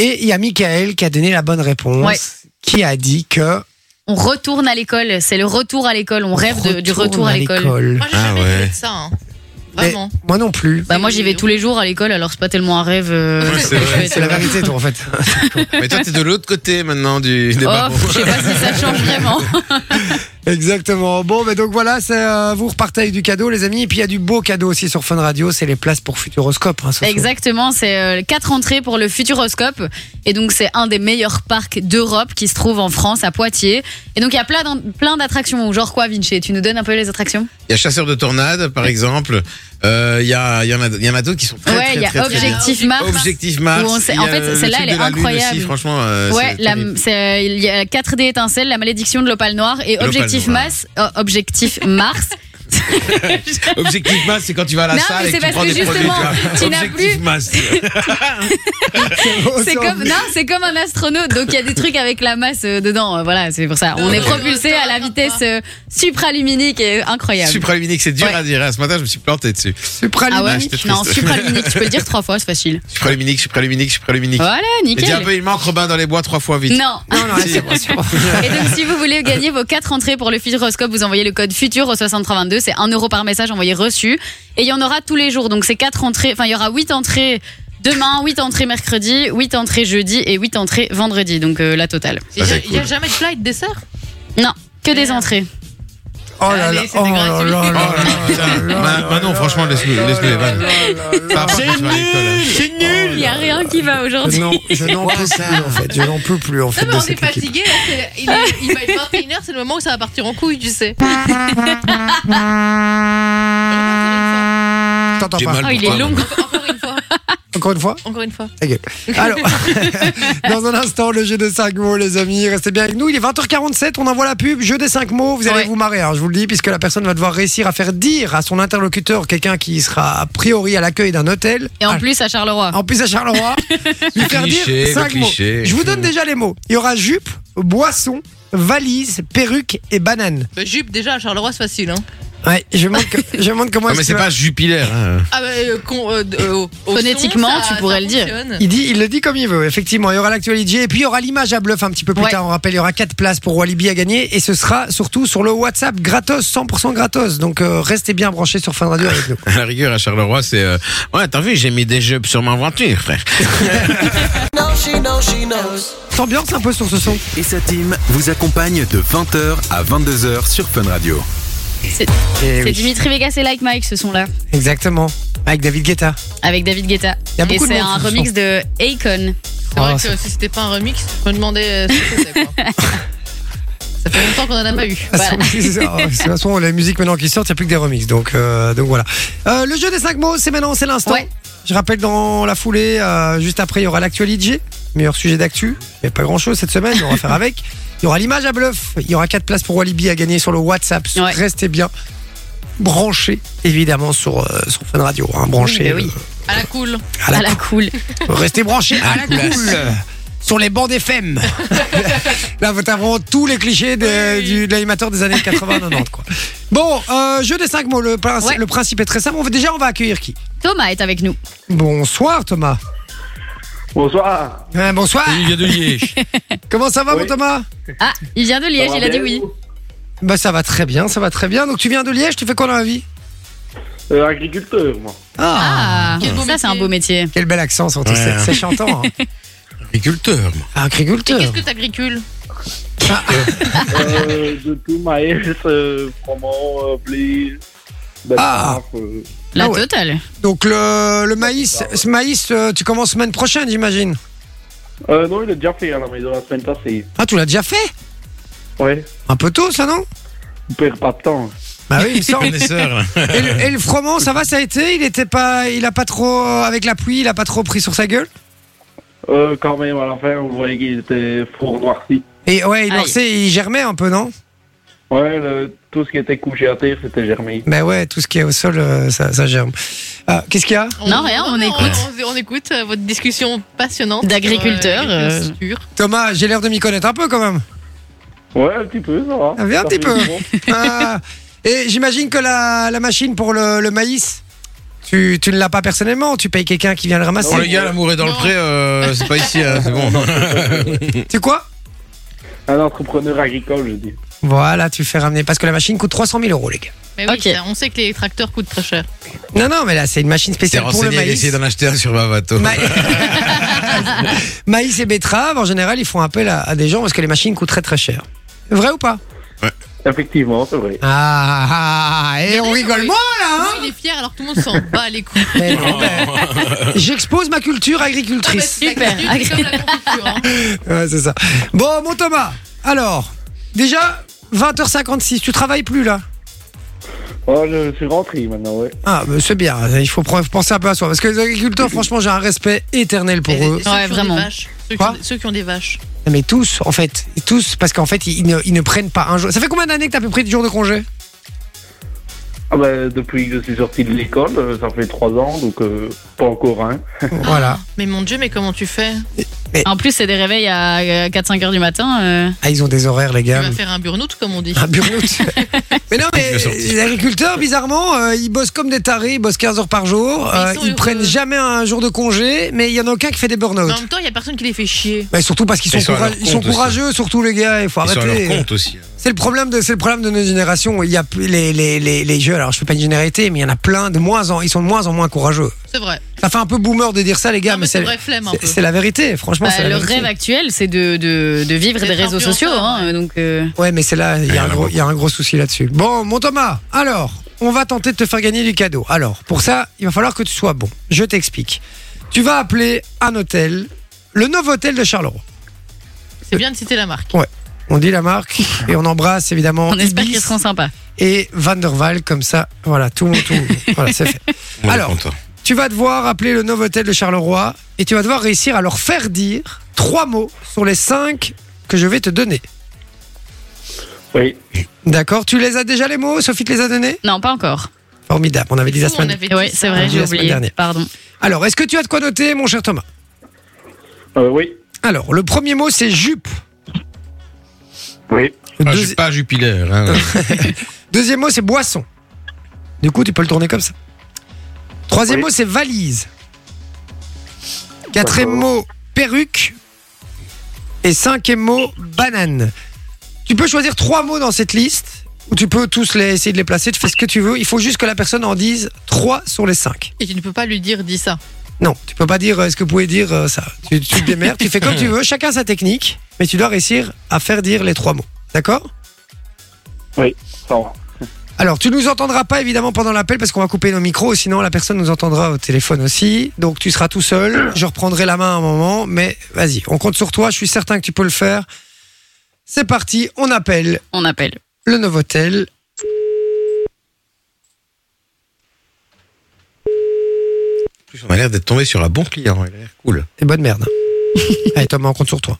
C: Et il y a Michael qui a donné la bonne réponse,
D: Ouais.
C: qui a dit que.
D: On retourne à l'école, c'est le retour à l'école, on rêve de- du retour à l'école.
F: Moi j'ai
E: Ah
F: jamais
E: ouais. Ah,
F: rêvé de ça, hein.
C: Mais
F: Vraiment.
C: Moi non plus.
D: Bah moi j'y vais tous les jours à l'école alors c'est pas tellement un rêve. euh,
E: Ouais, c'est
D: que je
E: vrai,
D: fais,
C: C'est la vérité, toi, en fait.
E: mais toi, t'es de l'autre côté maintenant du des
D: Oh,
E: barreaux.
D: je sais pas si ça change vraiment.
C: Exactement. Bon, mais donc voilà, c'est, euh, vous repartez avec du cadeau, les amis. Et puis il y a du beau cadeau aussi sur Fun Radio, c'est les places pour Futuroscope. hein, ce soir.
D: Exactement, c'est euh, quatre entrées pour le Futuroscope et donc c'est un des meilleurs parcs d'Europe qui se trouve en France à Poitiers. Et donc il y a plein d'en- plein d'attractions, genre quoi Vinci, tu nous donnes un peu les attractions
E: Il y a chasseur de tornades, par exemple. Euh, Il y, a, il y en a, il y en a d'autres qui sont très,
D: Ouais,
E: très,
D: il y a
E: très, très bien. Oh,
D: Objectif Mars.
E: Objectif Mars.
D: Où on sait-
E: Il y a
D: en fait,
E: le- le
D: celle-là,
E: truc de
D: elle est
E: la Lune aussi,
D: incroyable.
E: franchement, euh,
D: Ouais,
E: c'est
D: la,
E: terrible.
D: c'est, euh, il y a 4D étincelles, la malédiction de l'opale noire et
E: L'Opale
D: objectif
E: Noire.
D: Mars, euh, objectif Mars.
E: Objectif masse, c'est quand tu vas à la
D: Non,
E: salle
D: mais
E: et
D: c'est
E: que tu
D: parce
E: prends
D: que
E: des produits.
D: justement,
E: vois.
D: tu n'as
E: Objectif
D: plus-
E: masse.
C: Oh,
D: C'est comme, non, c'est comme un astronaute. Donc, il y a des trucs avec la masse euh, dedans. euh, voilà, c'est pour ça. On est propulsé à la vitesse euh, supraluminique et incroyable.
E: Supraluminique, c'est dur
D: Ouais.
E: à dire. hein. Ce matin, je me suis planté dessus.
D: ah ouais,
E: Ah, j'étais
D: non,
E: triste.
D: supraluminique. Tu peux le dire trois fois, c'est facile.
E: Supraluminique, supraluminique, supraluminique.
D: Voilà,
E: Et dis un
D: Ah, nickel.
E: peu, il manque Robin dans les bois trois fois vite.
D: Non.
F: Ah,
C: Non, non, c'est bon, c'est bon.
D: Et donc, si vous voulez gagner vos quatre entrées pour le Futuroscope, vous envoyez le code FUTUR au 6322. C'est 1 euro par message envoyé reçu. Et il y en aura tous les jours. Donc, c'est quatre entrées. Enfin, il y aura 8 entrées demain, 8 entrées mercredi, 8 entrées jeudi et 8 entrées vendredi. Donc, euh, la totale.
F: Il
E: c'est
F: n'y a jamais de flight dessert
D: Non, que des entrées.
C: Oh là là,
F: Allez, c'est
C: oh
F: des
C: là là
F: gratuits.
C: là
E: Oh là
C: là
E: là,
C: là là
E: putain. Manon,
C: là
E: Bah, franchement,
C: là
E: laisse-nous-
C: là
E: laisse-nous les
C: là
E: vannes.
C: là là là.
E: Par rapport à quand tu vas à l'école. hein.
C: C'est
F: Oh
C: nul
D: Il n'y a rien qui va aujourd'hui.
C: Non, je n'en peux plus en fait. Je n'en peux plus en fait.
F: Non, mais
C: de
F: on est
C: cette équipe.
F: fatigué. là, c'est- Il est, il va être 21h, c'est le moment où ça va partir en couille, tu sais.
C: Je T'entends
E: J'ai
C: pas.
E: mal
D: Oh, il
E: pour
D: est
E: toi,
D: long.
F: Encore une fois,
C: Encore une fois
F: encore une fois.
C: Ta gueule. Alors, dans un instant, le jeu des 5 mots, les amis. Restez bien avec nous. Il est 20h47. On envoie la pub. Jeu des 5 mots. Vous allez
D: Ouais.
C: vous marrer, hein, je vous le dis, puisque la personne va devoir réussir à faire dire à son interlocuteur, quelqu'un qui sera a priori à l'accueil d'un hôtel.
D: Et en
C: Ah,
D: plus, à Charleroi.
C: en plus à Charleroi, lui faire
E: cliché,
C: dire
E: le
C: 5 mots.
E: cliché.
C: Je vous donne déjà les mots. Il y aura jupe, boisson, valise, perruque et banane.
F: Bah, jupe, déjà, à Charleroi, c'est facile. Hein.
C: Ouais, je me demande, que- je me demande comment
E: Non,
C: est-ce
E: mais c'est
C: qu'il va-
E: pas jupilaire. hein.
F: Ah, bah, euh, con- euh, d- euh, au- au
D: Phonétiquement, tu pourrais le dire.
F: fonctionne.
C: Il, dit, il le dit comme il veut, effectivement. Il y aura l'actualité et puis il y aura l'image à bluff un petit peu plus
D: Ouais.
C: tard. On rappelle, il y aura 4 places pour Walibi à gagner et ce sera surtout sur le WhatsApp gratos, 100% gratos. Donc euh, restez bien branchés sur Fun Radio avec nous.
E: À la rigueur, à Charleroi, c'est. euh, Ouais, t'as vu, j'ai mis des jupes sur ma voiture, frère.
C: T'ambiances un peu sur ce son
H: et sa team vous accompagne de 20h à 22h sur Fun Radio.
C: Eh
D: C'est
C: oui,
D: Dimitri Vegas et Like Mike, ce son-là,
C: Exactement. Avec David Guetta.
D: avec David Guetta.
C: Il y a
D: Et
C: beaucoup de
D: c'est
C: monde
D: un
C: sur ce
D: remix
C: son.
D: de Akon.
F: C'est vrai
C: Oh,
F: que si c'était pas un remix, je me demandais euh, ce que c'était. quoi. Ça fait longtemps qu'on en a pas eu.
C: Ah,
D: Voilà.
C: De toute façon, la musique maintenant qui sort, il n'y a plus que des remixes. Donc, euh, donc voilà. Euh, le jeu des 5 mots, c'est maintenant, c'est l'instant.
D: Ouais.
C: Je rappelle dans la foulée, euh, juste après, il y aura l'actualité, meilleur sujet d'actu. Il n'y a pas grand chose cette semaine, mais on va faire avec. Il y aura l'image à bluff. Il y aura 4 places pour Walibi à gagner sur le WhatsApp.
D: Ouais.
C: Restez bien branchés, évidemment, sur, euh, sur Fun Radio. hein, branchés.
D: Oui, bah oui.
F: À la cool.
C: euh, à la-
D: À la cool.
C: Restez branchés
D: Ah,
C: à la cool sur les bancs des femmes. Là, t'as vraiment tous les clichés de, du- de l'animateur des années 80-90. quoi. Bon, euh, jeu des 5 mots. Le, prince-
D: Ouais.
C: le principe est très simple. On va- déjà, on va accueillir qui
D: Thomas est avec nous.
C: Bonsoir, Thomas.
I: Bonsoir.
C: Ouais, bonsoir.
E: vient de Liège.
C: Comment ça va,
I: Oui.
C: mon Thomas
D: Ah, il vient de Liège,
I: Ça va
D: il a dit
I: bien,
D: oui.
I: vous
C: bah, Ça va très bien, ça va très bien. Donc, tu viens de Liège, tu fais quoi dans la vie
I: Euh, agriculteur, moi.
D: Ah,
F: Quel beau
D: ça
F: métier.
D: c'est un beau métier.
C: Quel bel accent, surtout.
E: Ouais,
C: C'est-
E: hein.
C: C'est chantant. hein.
E: Agriculteur, moi.
F: Et
C: Agriculteur.
F: qu'est-ce que t'agricules
I: Euh, de tout maïs, euh, froment, euh, blé,
C: Ah.
I: betterave. euh.
D: La
C: Ah ouais.
D: totale.
C: Donc, le, le maïs, ce maïs euh, tu commences semaine prochaine, j'imagine.
I: Euh, non, il a déjà fait à la maison la semaine passée.
C: Ah, tu l'as déjà fait
I: Ouais,
C: Un peu tôt, ça, non
I: on perd pas de temps.
C: Bah oui, il me semble.
E: Connaisseur, là.
C: Et le, et le froment, ça va, ça a été Il était pas, il a pas trop euh, avec la pluie, il a pas trop pris sur sa gueule.
I: Euh, quand même, à la fin, on voyait qu'il était fort noirci.
C: Et ouais, il
D: Aïe.
C: lançait, il germait un peu, non
I: Ouais, le- tout ce qui était couché à terre, c'était germé.
C: Ben ouais, tout ce qui est au sol, euh, ça, ça germe. Ah, Qu'est-ce qu'il y a,
D: Non, rien, on écoute.
F: On, on écoute euh, votre discussion passionnante.
D: D'agriculteurs,
F: sur,
D: euh,
F: l'agriculture.
C: Thomas J'ai l'air de m'y connaître un peu quand même.
I: Ouais, un petit peu, ça va.
C: Ah, viens un
I: Ça
C: petit
I: fait
C: peu.
I: du bon.
C: Ah, et j'imagine que la, la machine pour le, le maïs, tu, tu ne l'as pas personnellement, tu payes quelqu'un qui vient le ramasser.
E: Oh, le gars, l'amour est dans le pré, euh, c'est pas ici, hein, c'est bon.
C: C'est quoi
I: Un entrepreneur agricole, je dis.
C: Voilà, tu fais ramener parce que la machine coûte 300 000 euros, les gars.
F: Mais oui,
D: Ok.
F: ça, on sait que les tracteurs coûtent très cher.
C: Non, non, mais là, c'est une machine
E: T'es
C: spéciale pour le
E: renseigné,
C: maïs.
E: essayez d'en acheter un sur Vavato.
C: Ma- Maïs et betterave, en général, ils font appel à, à des gens parce que les machines coûtent très très cher. Vrai ou pas
I: Effectivement, c'est vrai.
C: Ah, ah, et on rigole moins là
F: Moi, il est fier alors tout le monde s'en bat les couilles.
C: hein Mais Ah, non, mais- J'expose ma culture agricultrice.
D: Super.
F: C'est comme la confiture, hein.
C: Ouais, c'est ça. Bon, mon Thomas, alors, déjà, 20h56, tu travailles plus là
I: Oh, je suis rentré maintenant, ouais.
C: Ah, mais c'est bien, il faut pre- penser un peu à soi. Parce que les agriculteurs, franchement, j'ai un respect éternel pour
F: Et
C: eux.
F: ceux qui ont des
D: vraiment.
F: vaches. Ceux qui
C: Quoi
F: ont des- Ceux qui ont des vaches.
C: Non, Mais tous, en fait, tous, parce qu'en fait, ils ne, ils ne prennent pas un jour. Ça fait combien d'années que t'as à peu près de jours de congé
I: Ah bah, depuis que je suis sorti de l'école, euh, ça fait trois ans, donc euh, pas encore un.
C: Voilà.
F: Ah, Mais mon Dieu, mais comment tu fais
D: En plus, c'est des réveils à 4-5 heures du matin. euh.
C: Ah, ils ont des horaires, les
F: Tu
C: gars.
F: vas faire un burn-out, comme on dit.
C: Un burn-out. mais non, mais
E: Je vais sortir.
C: les agriculteurs, bizarrement, euh, ils bossent comme des tarés, ils bossent 15 heures par jour,
F: Mais ils
C: euh,
F: sont
C: ils,
F: heureux.
C: prennent jamais un jour de congé, mais il y en a aucun qui fait des
F: Mais
C: burn-out.
F: en même temps, il y a personne qui les fait chier.
C: Bah, surtout parce qu'ils sont,
E: Ils sont à
C: coura-
E: leur
C: ils sont
E: compte aussi.
C: courageux, surtout les gars, il faut
E: Ils sont à
C: arrêter.
E: leur compte aussi. hein,
C: C'est le problème de c'est le problème de nos générations. Il y a plus- les, les, les, les jeux. Alors je fais pas une généralité, mais il y en a plein de moins en ils sont de moins en moins courageux.
F: C'est vrai.
C: Ça fait un peu boomer de dire ça, les gars,
F: Non, mais c'est
C: c'est
F: vrai, flemme un
C: c'est-
F: peu.
C: c'est la vérité. Franchement,
D: Bah,
C: c'est la
D: le
C: vérité.
D: rêve actuel, c'est de, de, de vivre
F: D'être
D: des réseaux sociaux.
F: influenceur,
D: hein, donc, euh,
C: Ouais, mais c'est là, il y, a
E: Ouais,
C: un
E: là,
C: gros-
E: beaucoup.
C: il y a un gros souci là-dessus. Bon, mon Thomas, alors, on va tenter de te faire gagner du cadeau. Alors, pour ça, il va falloir que tu sois bon. Je t'explique. Tu vas appeler un hôtel, le Novotel de Charleroi.
F: C'est bien de citer la marque.
C: On dit la marque et on embrasse évidemment
D: on espère qu'ils
C: Ibis
D: seront sympas.
C: et Van der Waal, comme ça, voilà, tout mon tout. voilà, c'est fait.
E: On est
C: Alors,
E: content.
C: Tu vas devoir appeler le Novotel de Charleroi et tu vas devoir réussir à leur faire dire trois mots sur les cinq que je vais te donner.
I: Oui.
C: D'accord Tu les as déjà les mots Sophie te les a donnés
D: Non, pas encore.
C: Formidable, on avait dit la
F: Nous, on
C: semaine.
F: avait dit
D: Oui,
F: ça.
D: c'est vrai,
C: dit
D: j'ai
C: la semaine
D: oublié.
C: dernière.
D: Pardon.
C: Alors, est-ce que tu as de quoi noter, mon cher Thomas
I: Euh, oui.
C: Alors, le premier mot, c'est jupe.
I: Oui.
C: Le
E: Ah,
C: deuxi-
E: je suis pas jupilaire. hein.
C: Deuxième mot, c'est boisson. Du coup, tu peux le tourner comme ça. Troisième
I: Oui.
C: mot, c'est valise. Quatrième mot, perruque. Et cinquième mot, banane. Tu peux choisir trois mots dans cette liste, ou tu peux tous les essayer de les placer, tu fais ce que tu veux. Il faut juste que la personne en dise trois sur les cinq.
F: Et tu ne peux pas lui dire, dis ça.
C: Non, tu peux pas dire euh, est-ce que vous pouvez dire euh, ça. Tu, tu te démerdes, tu fais comme tu veux, chacun sa technique, mais tu dois réussir à faire dire les trois mots. D'accord
I: Oui. Ça va.
C: Alors, tu nous entendras pas évidemment pendant l'appel parce qu'on va couper nos micros, sinon la personne nous entendra au téléphone aussi. Donc, tu seras tout seul. Je reprendrai la main un moment, mais vas-y, on compte sur toi. Je suis certain que tu peux le faire. C'est parti, on appelle
D: On appelle.
C: le Novotel.
E: En plus, on a l'air d'être tombé sur un bon client. Il a l'air cool.
C: Et bonne merde. Allez, Thomas, on compte sur toi.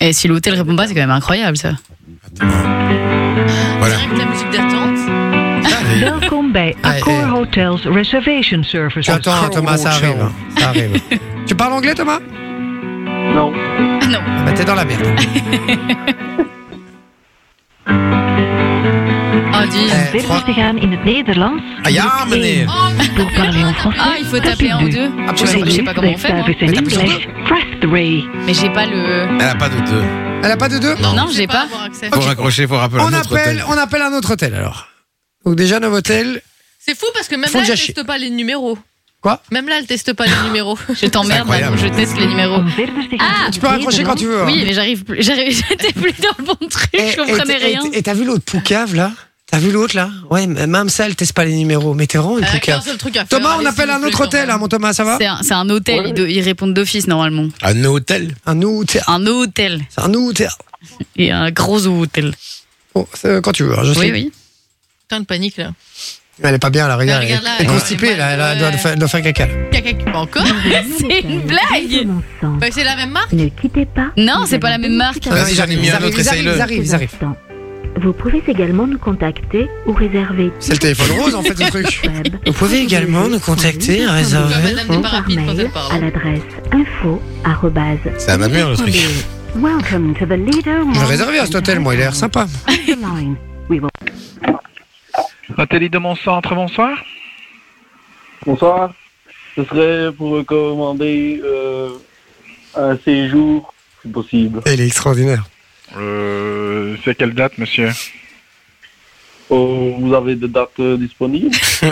D: Et Eh, si l'hôtel répond pas, c'est quand même incroyable ça.
E: Voilà.
F: Direct la musique d'attente.
J: Welkom bij
C: Hey,
J: Accor
C: hey.
J: Hotels Reservation Services.
C: Tu attends, Thomas, ça arrive. hein. Ça arrive. tu parles anglais, Thomas
I: Non.
C: Ah Bah, t'es dans la merde.
D: Ah, dis.
C: Eh,
J: Verder
C: trois-
J: te gaan in het Nederlands.
E: Ah, ja,
J: druk één.
E: meneer.
F: Oh,
J: Pour parler en français,
D: Ah, il faut taper en
J: tapez
D: deux.
C: Ah,
D: Je sais, je sais pas comment on fait, moi.
J: Service in
C: Mais tapez sur
J: English, press three.
D: Mais j'ai pas le.
E: Elle a pas de deux.
C: Elle a pas de deux
D: Non,
F: je
D: j'ai
F: vais
D: pas.
F: avoir accès.
E: Faut raccrocher, faut rappeler
C: on
E: un autre
C: appelle,
E: hôtel.
C: on appelle un autre hôtel alors. Donc déjà Novotel.
F: C'est fou parce que même
C: Faut
F: là,
C: déjà
F: elle
C: chier.
F: teste pas les numéros.
C: Quoi Ah.
F: Même là, elle teste pas les numéros. Euh,
D: Je t'emmerde,
E: C'est incroyable.
D: Manon, je teste les numéros.
J: Om verder te gaan in
D: Ah,
J: het
C: Tu peux raccrocher quand tu veux. hein. Eh,
D: Oui, mais j'arrive plus. j'arrive- J'étais plus dans le bon truc,
C: Et-
D: je comprenais
C: et-
D: rien.
C: et- Et t'as vu l'autre poucave là T'as vu l'autre là Ouais, même ça, elle teste pas les numéros. Mais t'es vraiment une
F: Elle a qu'un
C: poucave.
F: seul truc à faire.
C: Thomas, on
F: Allez,
C: appelle
F: s'il
C: un
F: vous plaît,
C: autre hôtel,
F: Thomas.
C: hein, mon Thomas, ça va
D: C'est un, c'est un hôtel,
I: Ouais.
D: ils, do- ils répondent d'office normalement.
E: Un hôtel.
C: Un hôtel.
D: Un hôtel.
C: C'est un hôtel.
D: Et un gros hôtel.
C: Bon, c'est, euh, quand tu veux, hein, je sais.
D: Oui, oui.
F: Putain de panique là.
C: Elle est pas bien là, regarde.
F: Elle regarde là,
C: elle est
F: elle-
C: constipée là, elle a-
F: ouais.
C: doit, faire- doit faire caca. là.
F: Caca qui- Encore
D: C'est une blague
J: Nederland.
F: Bah, C'est la même marque.
J: Ne quittez pas.
D: Non, c'est pas la même marque.
E: Vas-y,
C: Hein, ils
E: j'en ai
C: arrivent,
E: mis
C: ils
E: un
C: arrivent,
E: autre,
C: ils arrivent,
E: essaye-le.
C: ils arrivent, ils arrivent.
J: Vous pouvez également nous contacter ou réserver.
C: C'est le téléphone rose en fait, le truc. Vous pouvez également nous contacter, réserver.
F: Comme Madame n'est pas
J: Par
F: rapide quand
J: mail
F: elle parle.
J: à l'adresse info.
E: C'est un amur, le truc.
J: Welcome to the leader.
C: Je vais réserver à cet hôtel, moi, il a l'air sympa.
K: Nathalie de Moncentre, bonsoir.
I: Bonsoir. Ce serait pour commander euh, un séjour, si possible,
C: Il est extraordinaire.
K: Euh, c'est quelle date, monsieur
I: Oh, vous avez des dates euh, disponibles
E: Non,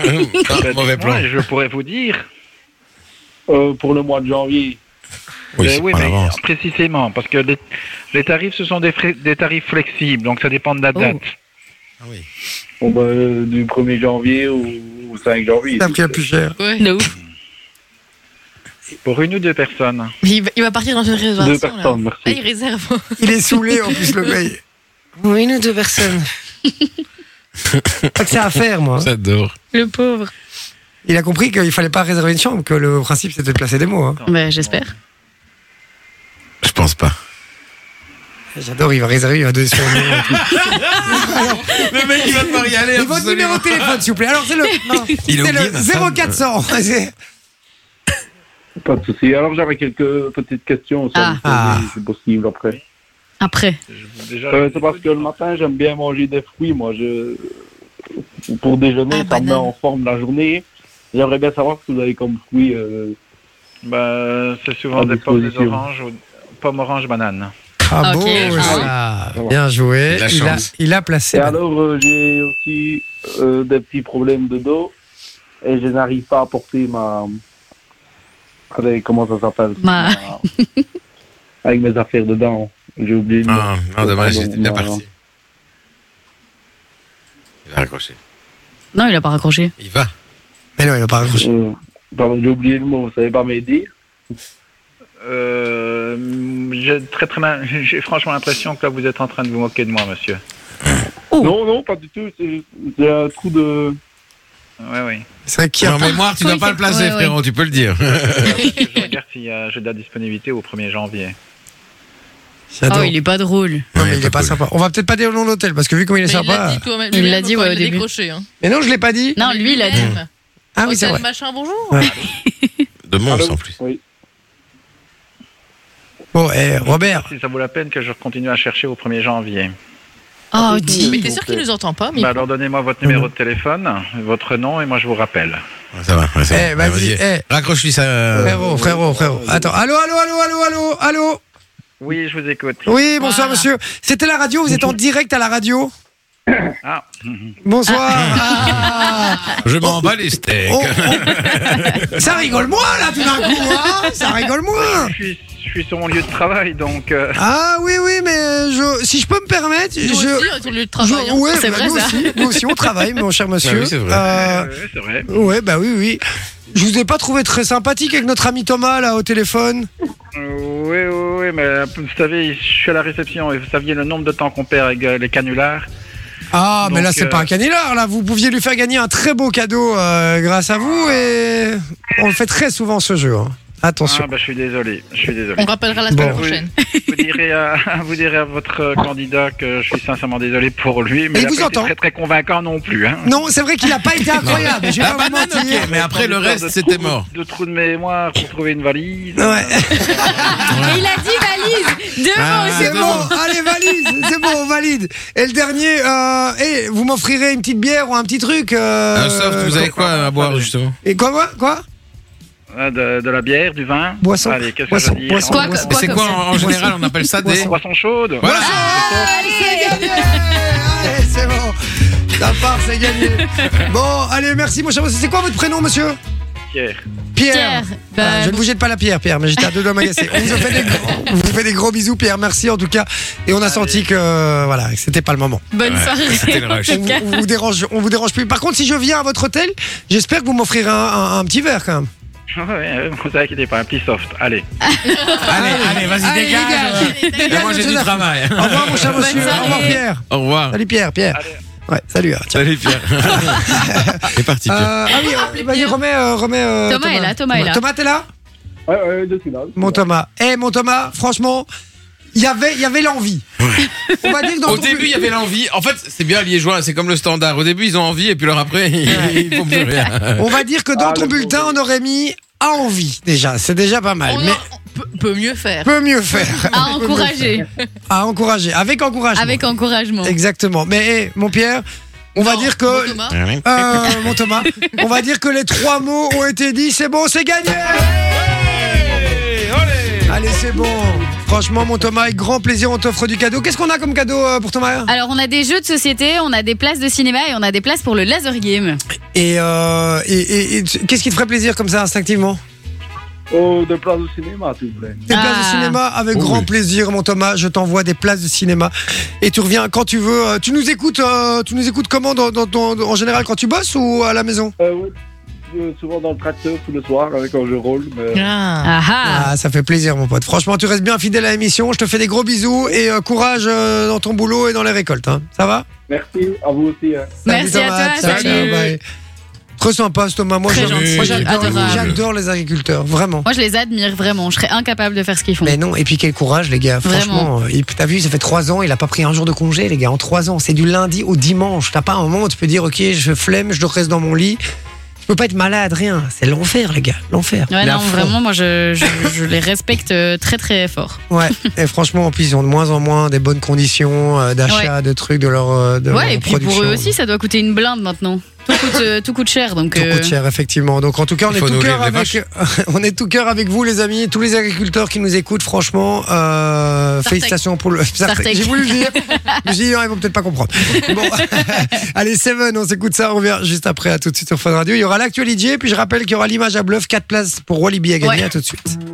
E: Ah, mauvais plan.
K: Ouais, Bah, je pourrais vous dire.
I: Euh, Pour le mois de janvier.
E: Oui,
K: Euh,
E: c'est
K: oui,
E: pas
K: mais
E: l'avance.
K: précisément, parce que les, les tarifs, ce sont des, frais- des tarifs flexibles, donc ça dépend de
D: Oh.
K: la date.
E: Ah oui.
I: Bon, ben, euh, du 1er janvier au, au 5 janvier.
C: C'est la plus cher.
F: Ouais.
D: De ouf.
K: Pour une ou deux personnes.
F: Mais Il va, il va partir dans une réservation.
I: Deux personnes,
F: là.
I: merci.
F: Là, il réserve.
C: Il est saoulé en plus, le gars. Oui, une ou deux personnes. Pas que c'est à faire, moi.
E: J'adore.
D: Le pauvre.
C: Il a compris qu'il fallait pas réserver une chambre, que le principe c'était de placer des mots. hein.
D: Bah, j'espère.
E: Je pense pas.
C: J'adore, il va réserver, il va donner son nom.
E: Le mec, il va pas y aller.
C: Et votre
E: absolument.
C: numéro de téléphone, s'il vous plaît. Alors, c'est le, non,
E: Il a
C: c'est
E: oublié,
C: le
E: ma femme.
C: 0400. C'est-
I: Pas de souci. Alors j'avais quelques petites questions,
D: Ah.
I: ça,
C: Ah.
I: c'est possible après.
D: Après.
K: Déjà,
I: Euh, c'est parce que le matin, j'aime bien manger des fruits, moi. Je... Pour déjeuner,
D: Ah,
I: ça me met
D: banane.
I: en forme la journée. J'aimerais bien savoir ce que vous avez comme fruits. euh,
K: bah, c'est souvent
I: À
K: des pommes, des
I: disposition.
K: oranges, ou... pommes oranges, bananes.
C: Ah
D: Ok,
C: beau,
D: ah
C: ça.
I: oui.
C: Bien joué.
E: Il a
C: Il a,
E: chance.
C: il a placé.
I: Et alors, euh, j'ai aussi euh, des petits problèmes de dos et je n'arrive pas à porter ma. Avec, comment ça s'appelle
D: Ma-
I: Avec mes affaires dedans. J'ai oublié. le nom.
E: Ah, ah, dommage, j'étais bien
I: Non, non.
E: parti. Il va raccrocher.
D: Non, il a pas raccroché.
E: Il va.
C: Mais non, il a pas raccroché.
I: Euh, pardon, j'ai oublié le mot, vous savez pas m'aider.
K: Euh, j'ai très très mal- j'ai franchement l'impression que là vous êtes en train de vous moquer de moi, monsieur.
D: Oh.
I: Non, non, pas du tout. C'est c'est un trou de.
K: Ouais, oui.
C: C'est vrai qu'il
E: Tiens,
C: a
E: en mémoire, tu
D: Oui,
E: dois pas
D: c'est-
E: le placer,
D: ouais, ouais.
E: frérot, tu peux le dire.
K: Je regarde s'il y a euh, j'ai de la disponibilité au 1er janvier.
C: J'adore.
D: Oh, il est pas drôle.
C: Non, mais
E: Ouais,
C: il
E: pas
C: est pas
E: cool.
C: sympa. On va peut-être pas dire le nom de l'hôtel parce que vu comment il est
F: Mais il l'a
C: sympa.
F: dit toi-même.
D: Il
F: lui-même,
D: l'a dit,
F: quand
D: ouais,
F: il
D: au
F: l'a
D: début.
F: décroché. hein.
C: Mais non, je l'ai pas dit.
D: Non, lui, il a dit.
F: Lui-même.
C: Ah oui, c'est
F: Hôtel
C: vrai.
F: machin, bonjour.
C: Ouais.
E: De Mons
I: Allô
E: en Ah, plus.
I: Oui.
C: Bon, eh, Robert.
K: Si ça vaut la peine que je continue à chercher au 1er janvier.
C: Ah.
D: Oh,
F: Mais
D: dis.
F: t'es sûr qu'il nous entend pas mais
K: Bah, alors donnez-moi votre numéro de téléphone, votre nom et moi je vous rappelle.
E: Ouais, Ah, Ça va, ouais,
C: Eh,
E: c'est bon. Ouais,
C: vas-y. Eh,
E: Raccroche-lui ça. euh,
C: frérot, frérot, frérot. Attends. Allô, allô, allô, allô, allô, allô.
K: Oui, je vous écoute.
C: Oui, bonsoir,
F: Voilà.
C: monsieur. C'était la radio. Vous êtes en direct à la radio.
K: Ah.
C: Bonsoir. Ah.
E: Je m'en bats les steaks.
C: Oh, oh. Ça rigole moins là tout d'un coup, hein Ça rigole moins.
K: Je suis, je suis sur mon lieu de travail, donc euh,
C: Ah oui, oui, mais je, si je peux me permettre,
F: Nous
C: je.
F: aussi, on est sur le lieu de
C: je-
F: travail. hein.
C: ouais,
D: c'est
C: bah,
D: vrai,
C: nous
D: ça.
C: aussi, nous aussi, on travaille, mon cher monsieur.
E: oui, c'est vrai.
C: Euh,
K: ouais, c'est vrai.
C: ouais, bah oui, oui. Je vous ai pas trouvé très sympathique avec notre ami Thomas là au téléphone.
K: Oui, oui, oui, mais vous savez, je suis à la réception et vous saviez le nombre de temps qu'on perd avec euh, les canulars.
C: Ah, mais
K: Donc,
C: là c'est
K: euh,
C: pas un canular là. Vous pouviez lui faire gagner un très beau cadeau euh, grâce à vous et on le fait très souvent ce jeu. hein. Attention.
K: Ah, bah, je suis désolé, je suis désolé.
F: On rappellera la semaine
C: Bon. Bah,
F: prochaine.
K: Vous direz, à, vous direz à votre euh, candidat que je suis sincèrement désolé pour lui, mais
C: Il
K: il a
C: vous
K: pas été
C: entend.
K: très très convaincant non plus. Hein.
C: Non, c'est vrai qu'il a pas été incroyable. J'ai
E: Ah. La
C: pas vous
E: banane,
C: mentir.
E: ok, mais après le
K: Histoire de
E: reste, c'était
K: trou-
E: mort.
K: De trou de mémoire pour trouver une valise.
C: Ouais.
D: Et il a dit valise Deux
E: Ah,
D: mots
C: C'est
E: c'est
C: bon, allez, valise, c'est bon, on valide. Et le dernier, euh, eh, vous m'offrirez une petite bière ou un petit truc. euh,
E: Un soft, vous avez quoi à boire
K: attendez.
E: justement
C: Et quoi, quoi, quoi
K: Ah, De, de la bière, du vin.
C: Boisson,
K: Allez, qu'est-ce que je
C: boisson,
K: dis
C: boisson,
D: Quoi,
C: boisson.
E: Mais C'est
D: comme
E: quoi
D: ça
E: en en général On appelle ça des.
K: Boisson, boisson chaude.
E: Voilà
C: Ah Allez, c'est gagné Allez, c'est bon. La part, c'est gagné. Bon, allez, merci, mon cher. monsieur. C'est quoi votre prénom, monsieur
K: Pierre.
C: Pierre.
D: Pierre. Bah,
C: Ah, je ne vous jette pas la pierre, Pierre, mais j'étais à deux doigts de m'agacer. On vous fait des gros, on vous fait des gros bisous, Pierre. Merci en tout cas. Et on a senti que euh, voilà, que c'était pas le moment.
D: bonne
E: Ouais, c'était
D: soirée.
E: le
D: en
E: rush.
C: On,
D: tout
C: vous-
D: cas.
C: on vous dérange, on vous dérange plus. Par contre, si je viens à votre hôtel, j'espère que vous m'offrirez un, un- un petit verre quand même.
K: Ouais, ouais, vous inquiétez pas, un petit soft. Allez.
E: Allez, allez, vas-y,
C: Allez,
E: dégage.
C: dégage.
E: euh,
C: Dégage,
E: mais Moi, j'ai
C: monsieur
E: du
C: Zaf.
E: travail.
C: Au revoir, mon cher monsieur. Au revoir,
D: soirée.
C: Pierre.
E: Au revoir.
C: Salut, Pierre. Pierre. Ouais, salut. hein, tiens.
E: Salut Pierre. C'est parti Pierre.
C: Euh, ah oui, euh, vas-y, remets, euh, remets. euh,
D: Thomas est là, Thomas est là.
C: Thomas, t'es là
I: Ouais, ouais, je suis là.
C: Mon Thomas. Eh, mon Thomas, franchement, il y avait, il y avait l'envie. On va dire que dans
E: Au
C: ton-
E: début, il y avait l'envie. En fait, c'est bien liégeois, c'est comme le standard. Au début, ils ont envie et puis alors après, ils font plus rien.
C: On va dire que dans
I: Ah,
C: ton
I: le pauvre.
C: bulletin, on aurait mis à envie déjà. C'est déjà pas mal.
F: On
C: mais
F: en- on peut- peut mieux faire.
C: peut mieux faire.
D: À encourager.
C: À encourager. Avec encouragement.
D: Avec encouragement.
C: Exactement. Mais eh, mon Pierre, on va
F: Non,
C: dire que.
F: bon, Thomas,
C: Euh, mon Thomas, on va dire que les trois mots ont été dits, c'est bon, c'est gagné Allez, c'est bon. Franchement, mon Thomas, avec grand plaisir, on t'offre du cadeau. Qu'est-ce qu'on a comme cadeau euh, pour Thomas
D: Alors, on a des jeux de société, on a des places de cinéma et on a des places pour le laser game.
C: Et, euh, et, et- et tu- qu'est-ce qui te ferait plaisir comme ça, instinctivement
I: Oh, de place au cinéma, s'il vous plaît.
C: Des places
D: Ah.
C: de cinéma avec
E: Oh
C: grand
E: oui.
C: plaisir, mon Thomas. Je t'envoie des places de cinéma et tu reviens quand tu veux. Euh, Tu nous écoutes, euh, tu nous écoutes comment dans- dans- dans- en général quand tu bosses ou à la maison
I: Euh, oui. Euh, souvent dans le tracteur tout le soir avec quand je roule. Mais...
F: Ah.
D: Ah ah
C: Ah, ça fait plaisir, mon pote. Franchement, tu restes bien fidèle à l'émission. Je te fais des gros bisous et euh, courage euh, dans ton boulot et dans les récoltes. hein. Ça va
I: Merci à vous aussi. hein.
D: Merci à
C: Thomas.
D: toi,
C: Ciao,
D: salut.
C: ciao, bye. Très sympa, ce Thomas. Moi,
D: Très
C: j'aime-
D: gentil,
C: moi, j'adore
D: adorable.
C: j'adore les agriculteurs, vraiment.
D: Moi, je les admire vraiment. Je serais incapable de faire ce qu'ils font.
C: Mais non, et puis quel courage, les gars.
D: Vraiment.
C: Franchement, euh, il- t'as vu, ça fait trois ans, il a pas pris un jour de congé, les gars. En trois ans, c'est du lundi au dimanche. T'as pas un moment où tu peux dire, ok, je flemme, je reste dans mon lit. Je peux pas être malade, rien. C'est l'enfer, les gars, l'enfer.
D: Ouais,
C: Mais à
D: non,
C: fond.
D: vraiment, moi, je, je- je les respecte euh, très, très fort.
C: Ouais. et franchement, en plus, ils ont de moins en moins des bonnes conditions euh, d'achat, de trucs, de leur. euh, De leur
D: ouais, et puis pour
C: production.
D: eux aussi, ça doit coûter une blinde maintenant. Tout coûte, euh, tout coûte cher, donc.
C: Tout
D: euh,
C: coûte cher, effectivement. Donc, en tout cas, on
E: Il
C: est
E: faut
C: tout,
E: nourrir
C: cœur
E: les
C: avec, on est tout cœur avec vous, les amis. Tous les agriculteurs qui nous écoutent, franchement, euh,
D: Sartec.
C: félicitations pour le.
D: Sartec.
C: J'ai voulu le dire. mais J'ai dit, non, ils vont peut-être pas comprendre. Bon. Allez, Seven, on s'écoute ça. On revient juste après. À tout de suite sur Fun Radio. Il y aura l'actualité. Puis je rappelle qu'il y aura l'image à bluff. 4 places pour Walibi à gagner.
D: Ouais.
C: À tout de suite.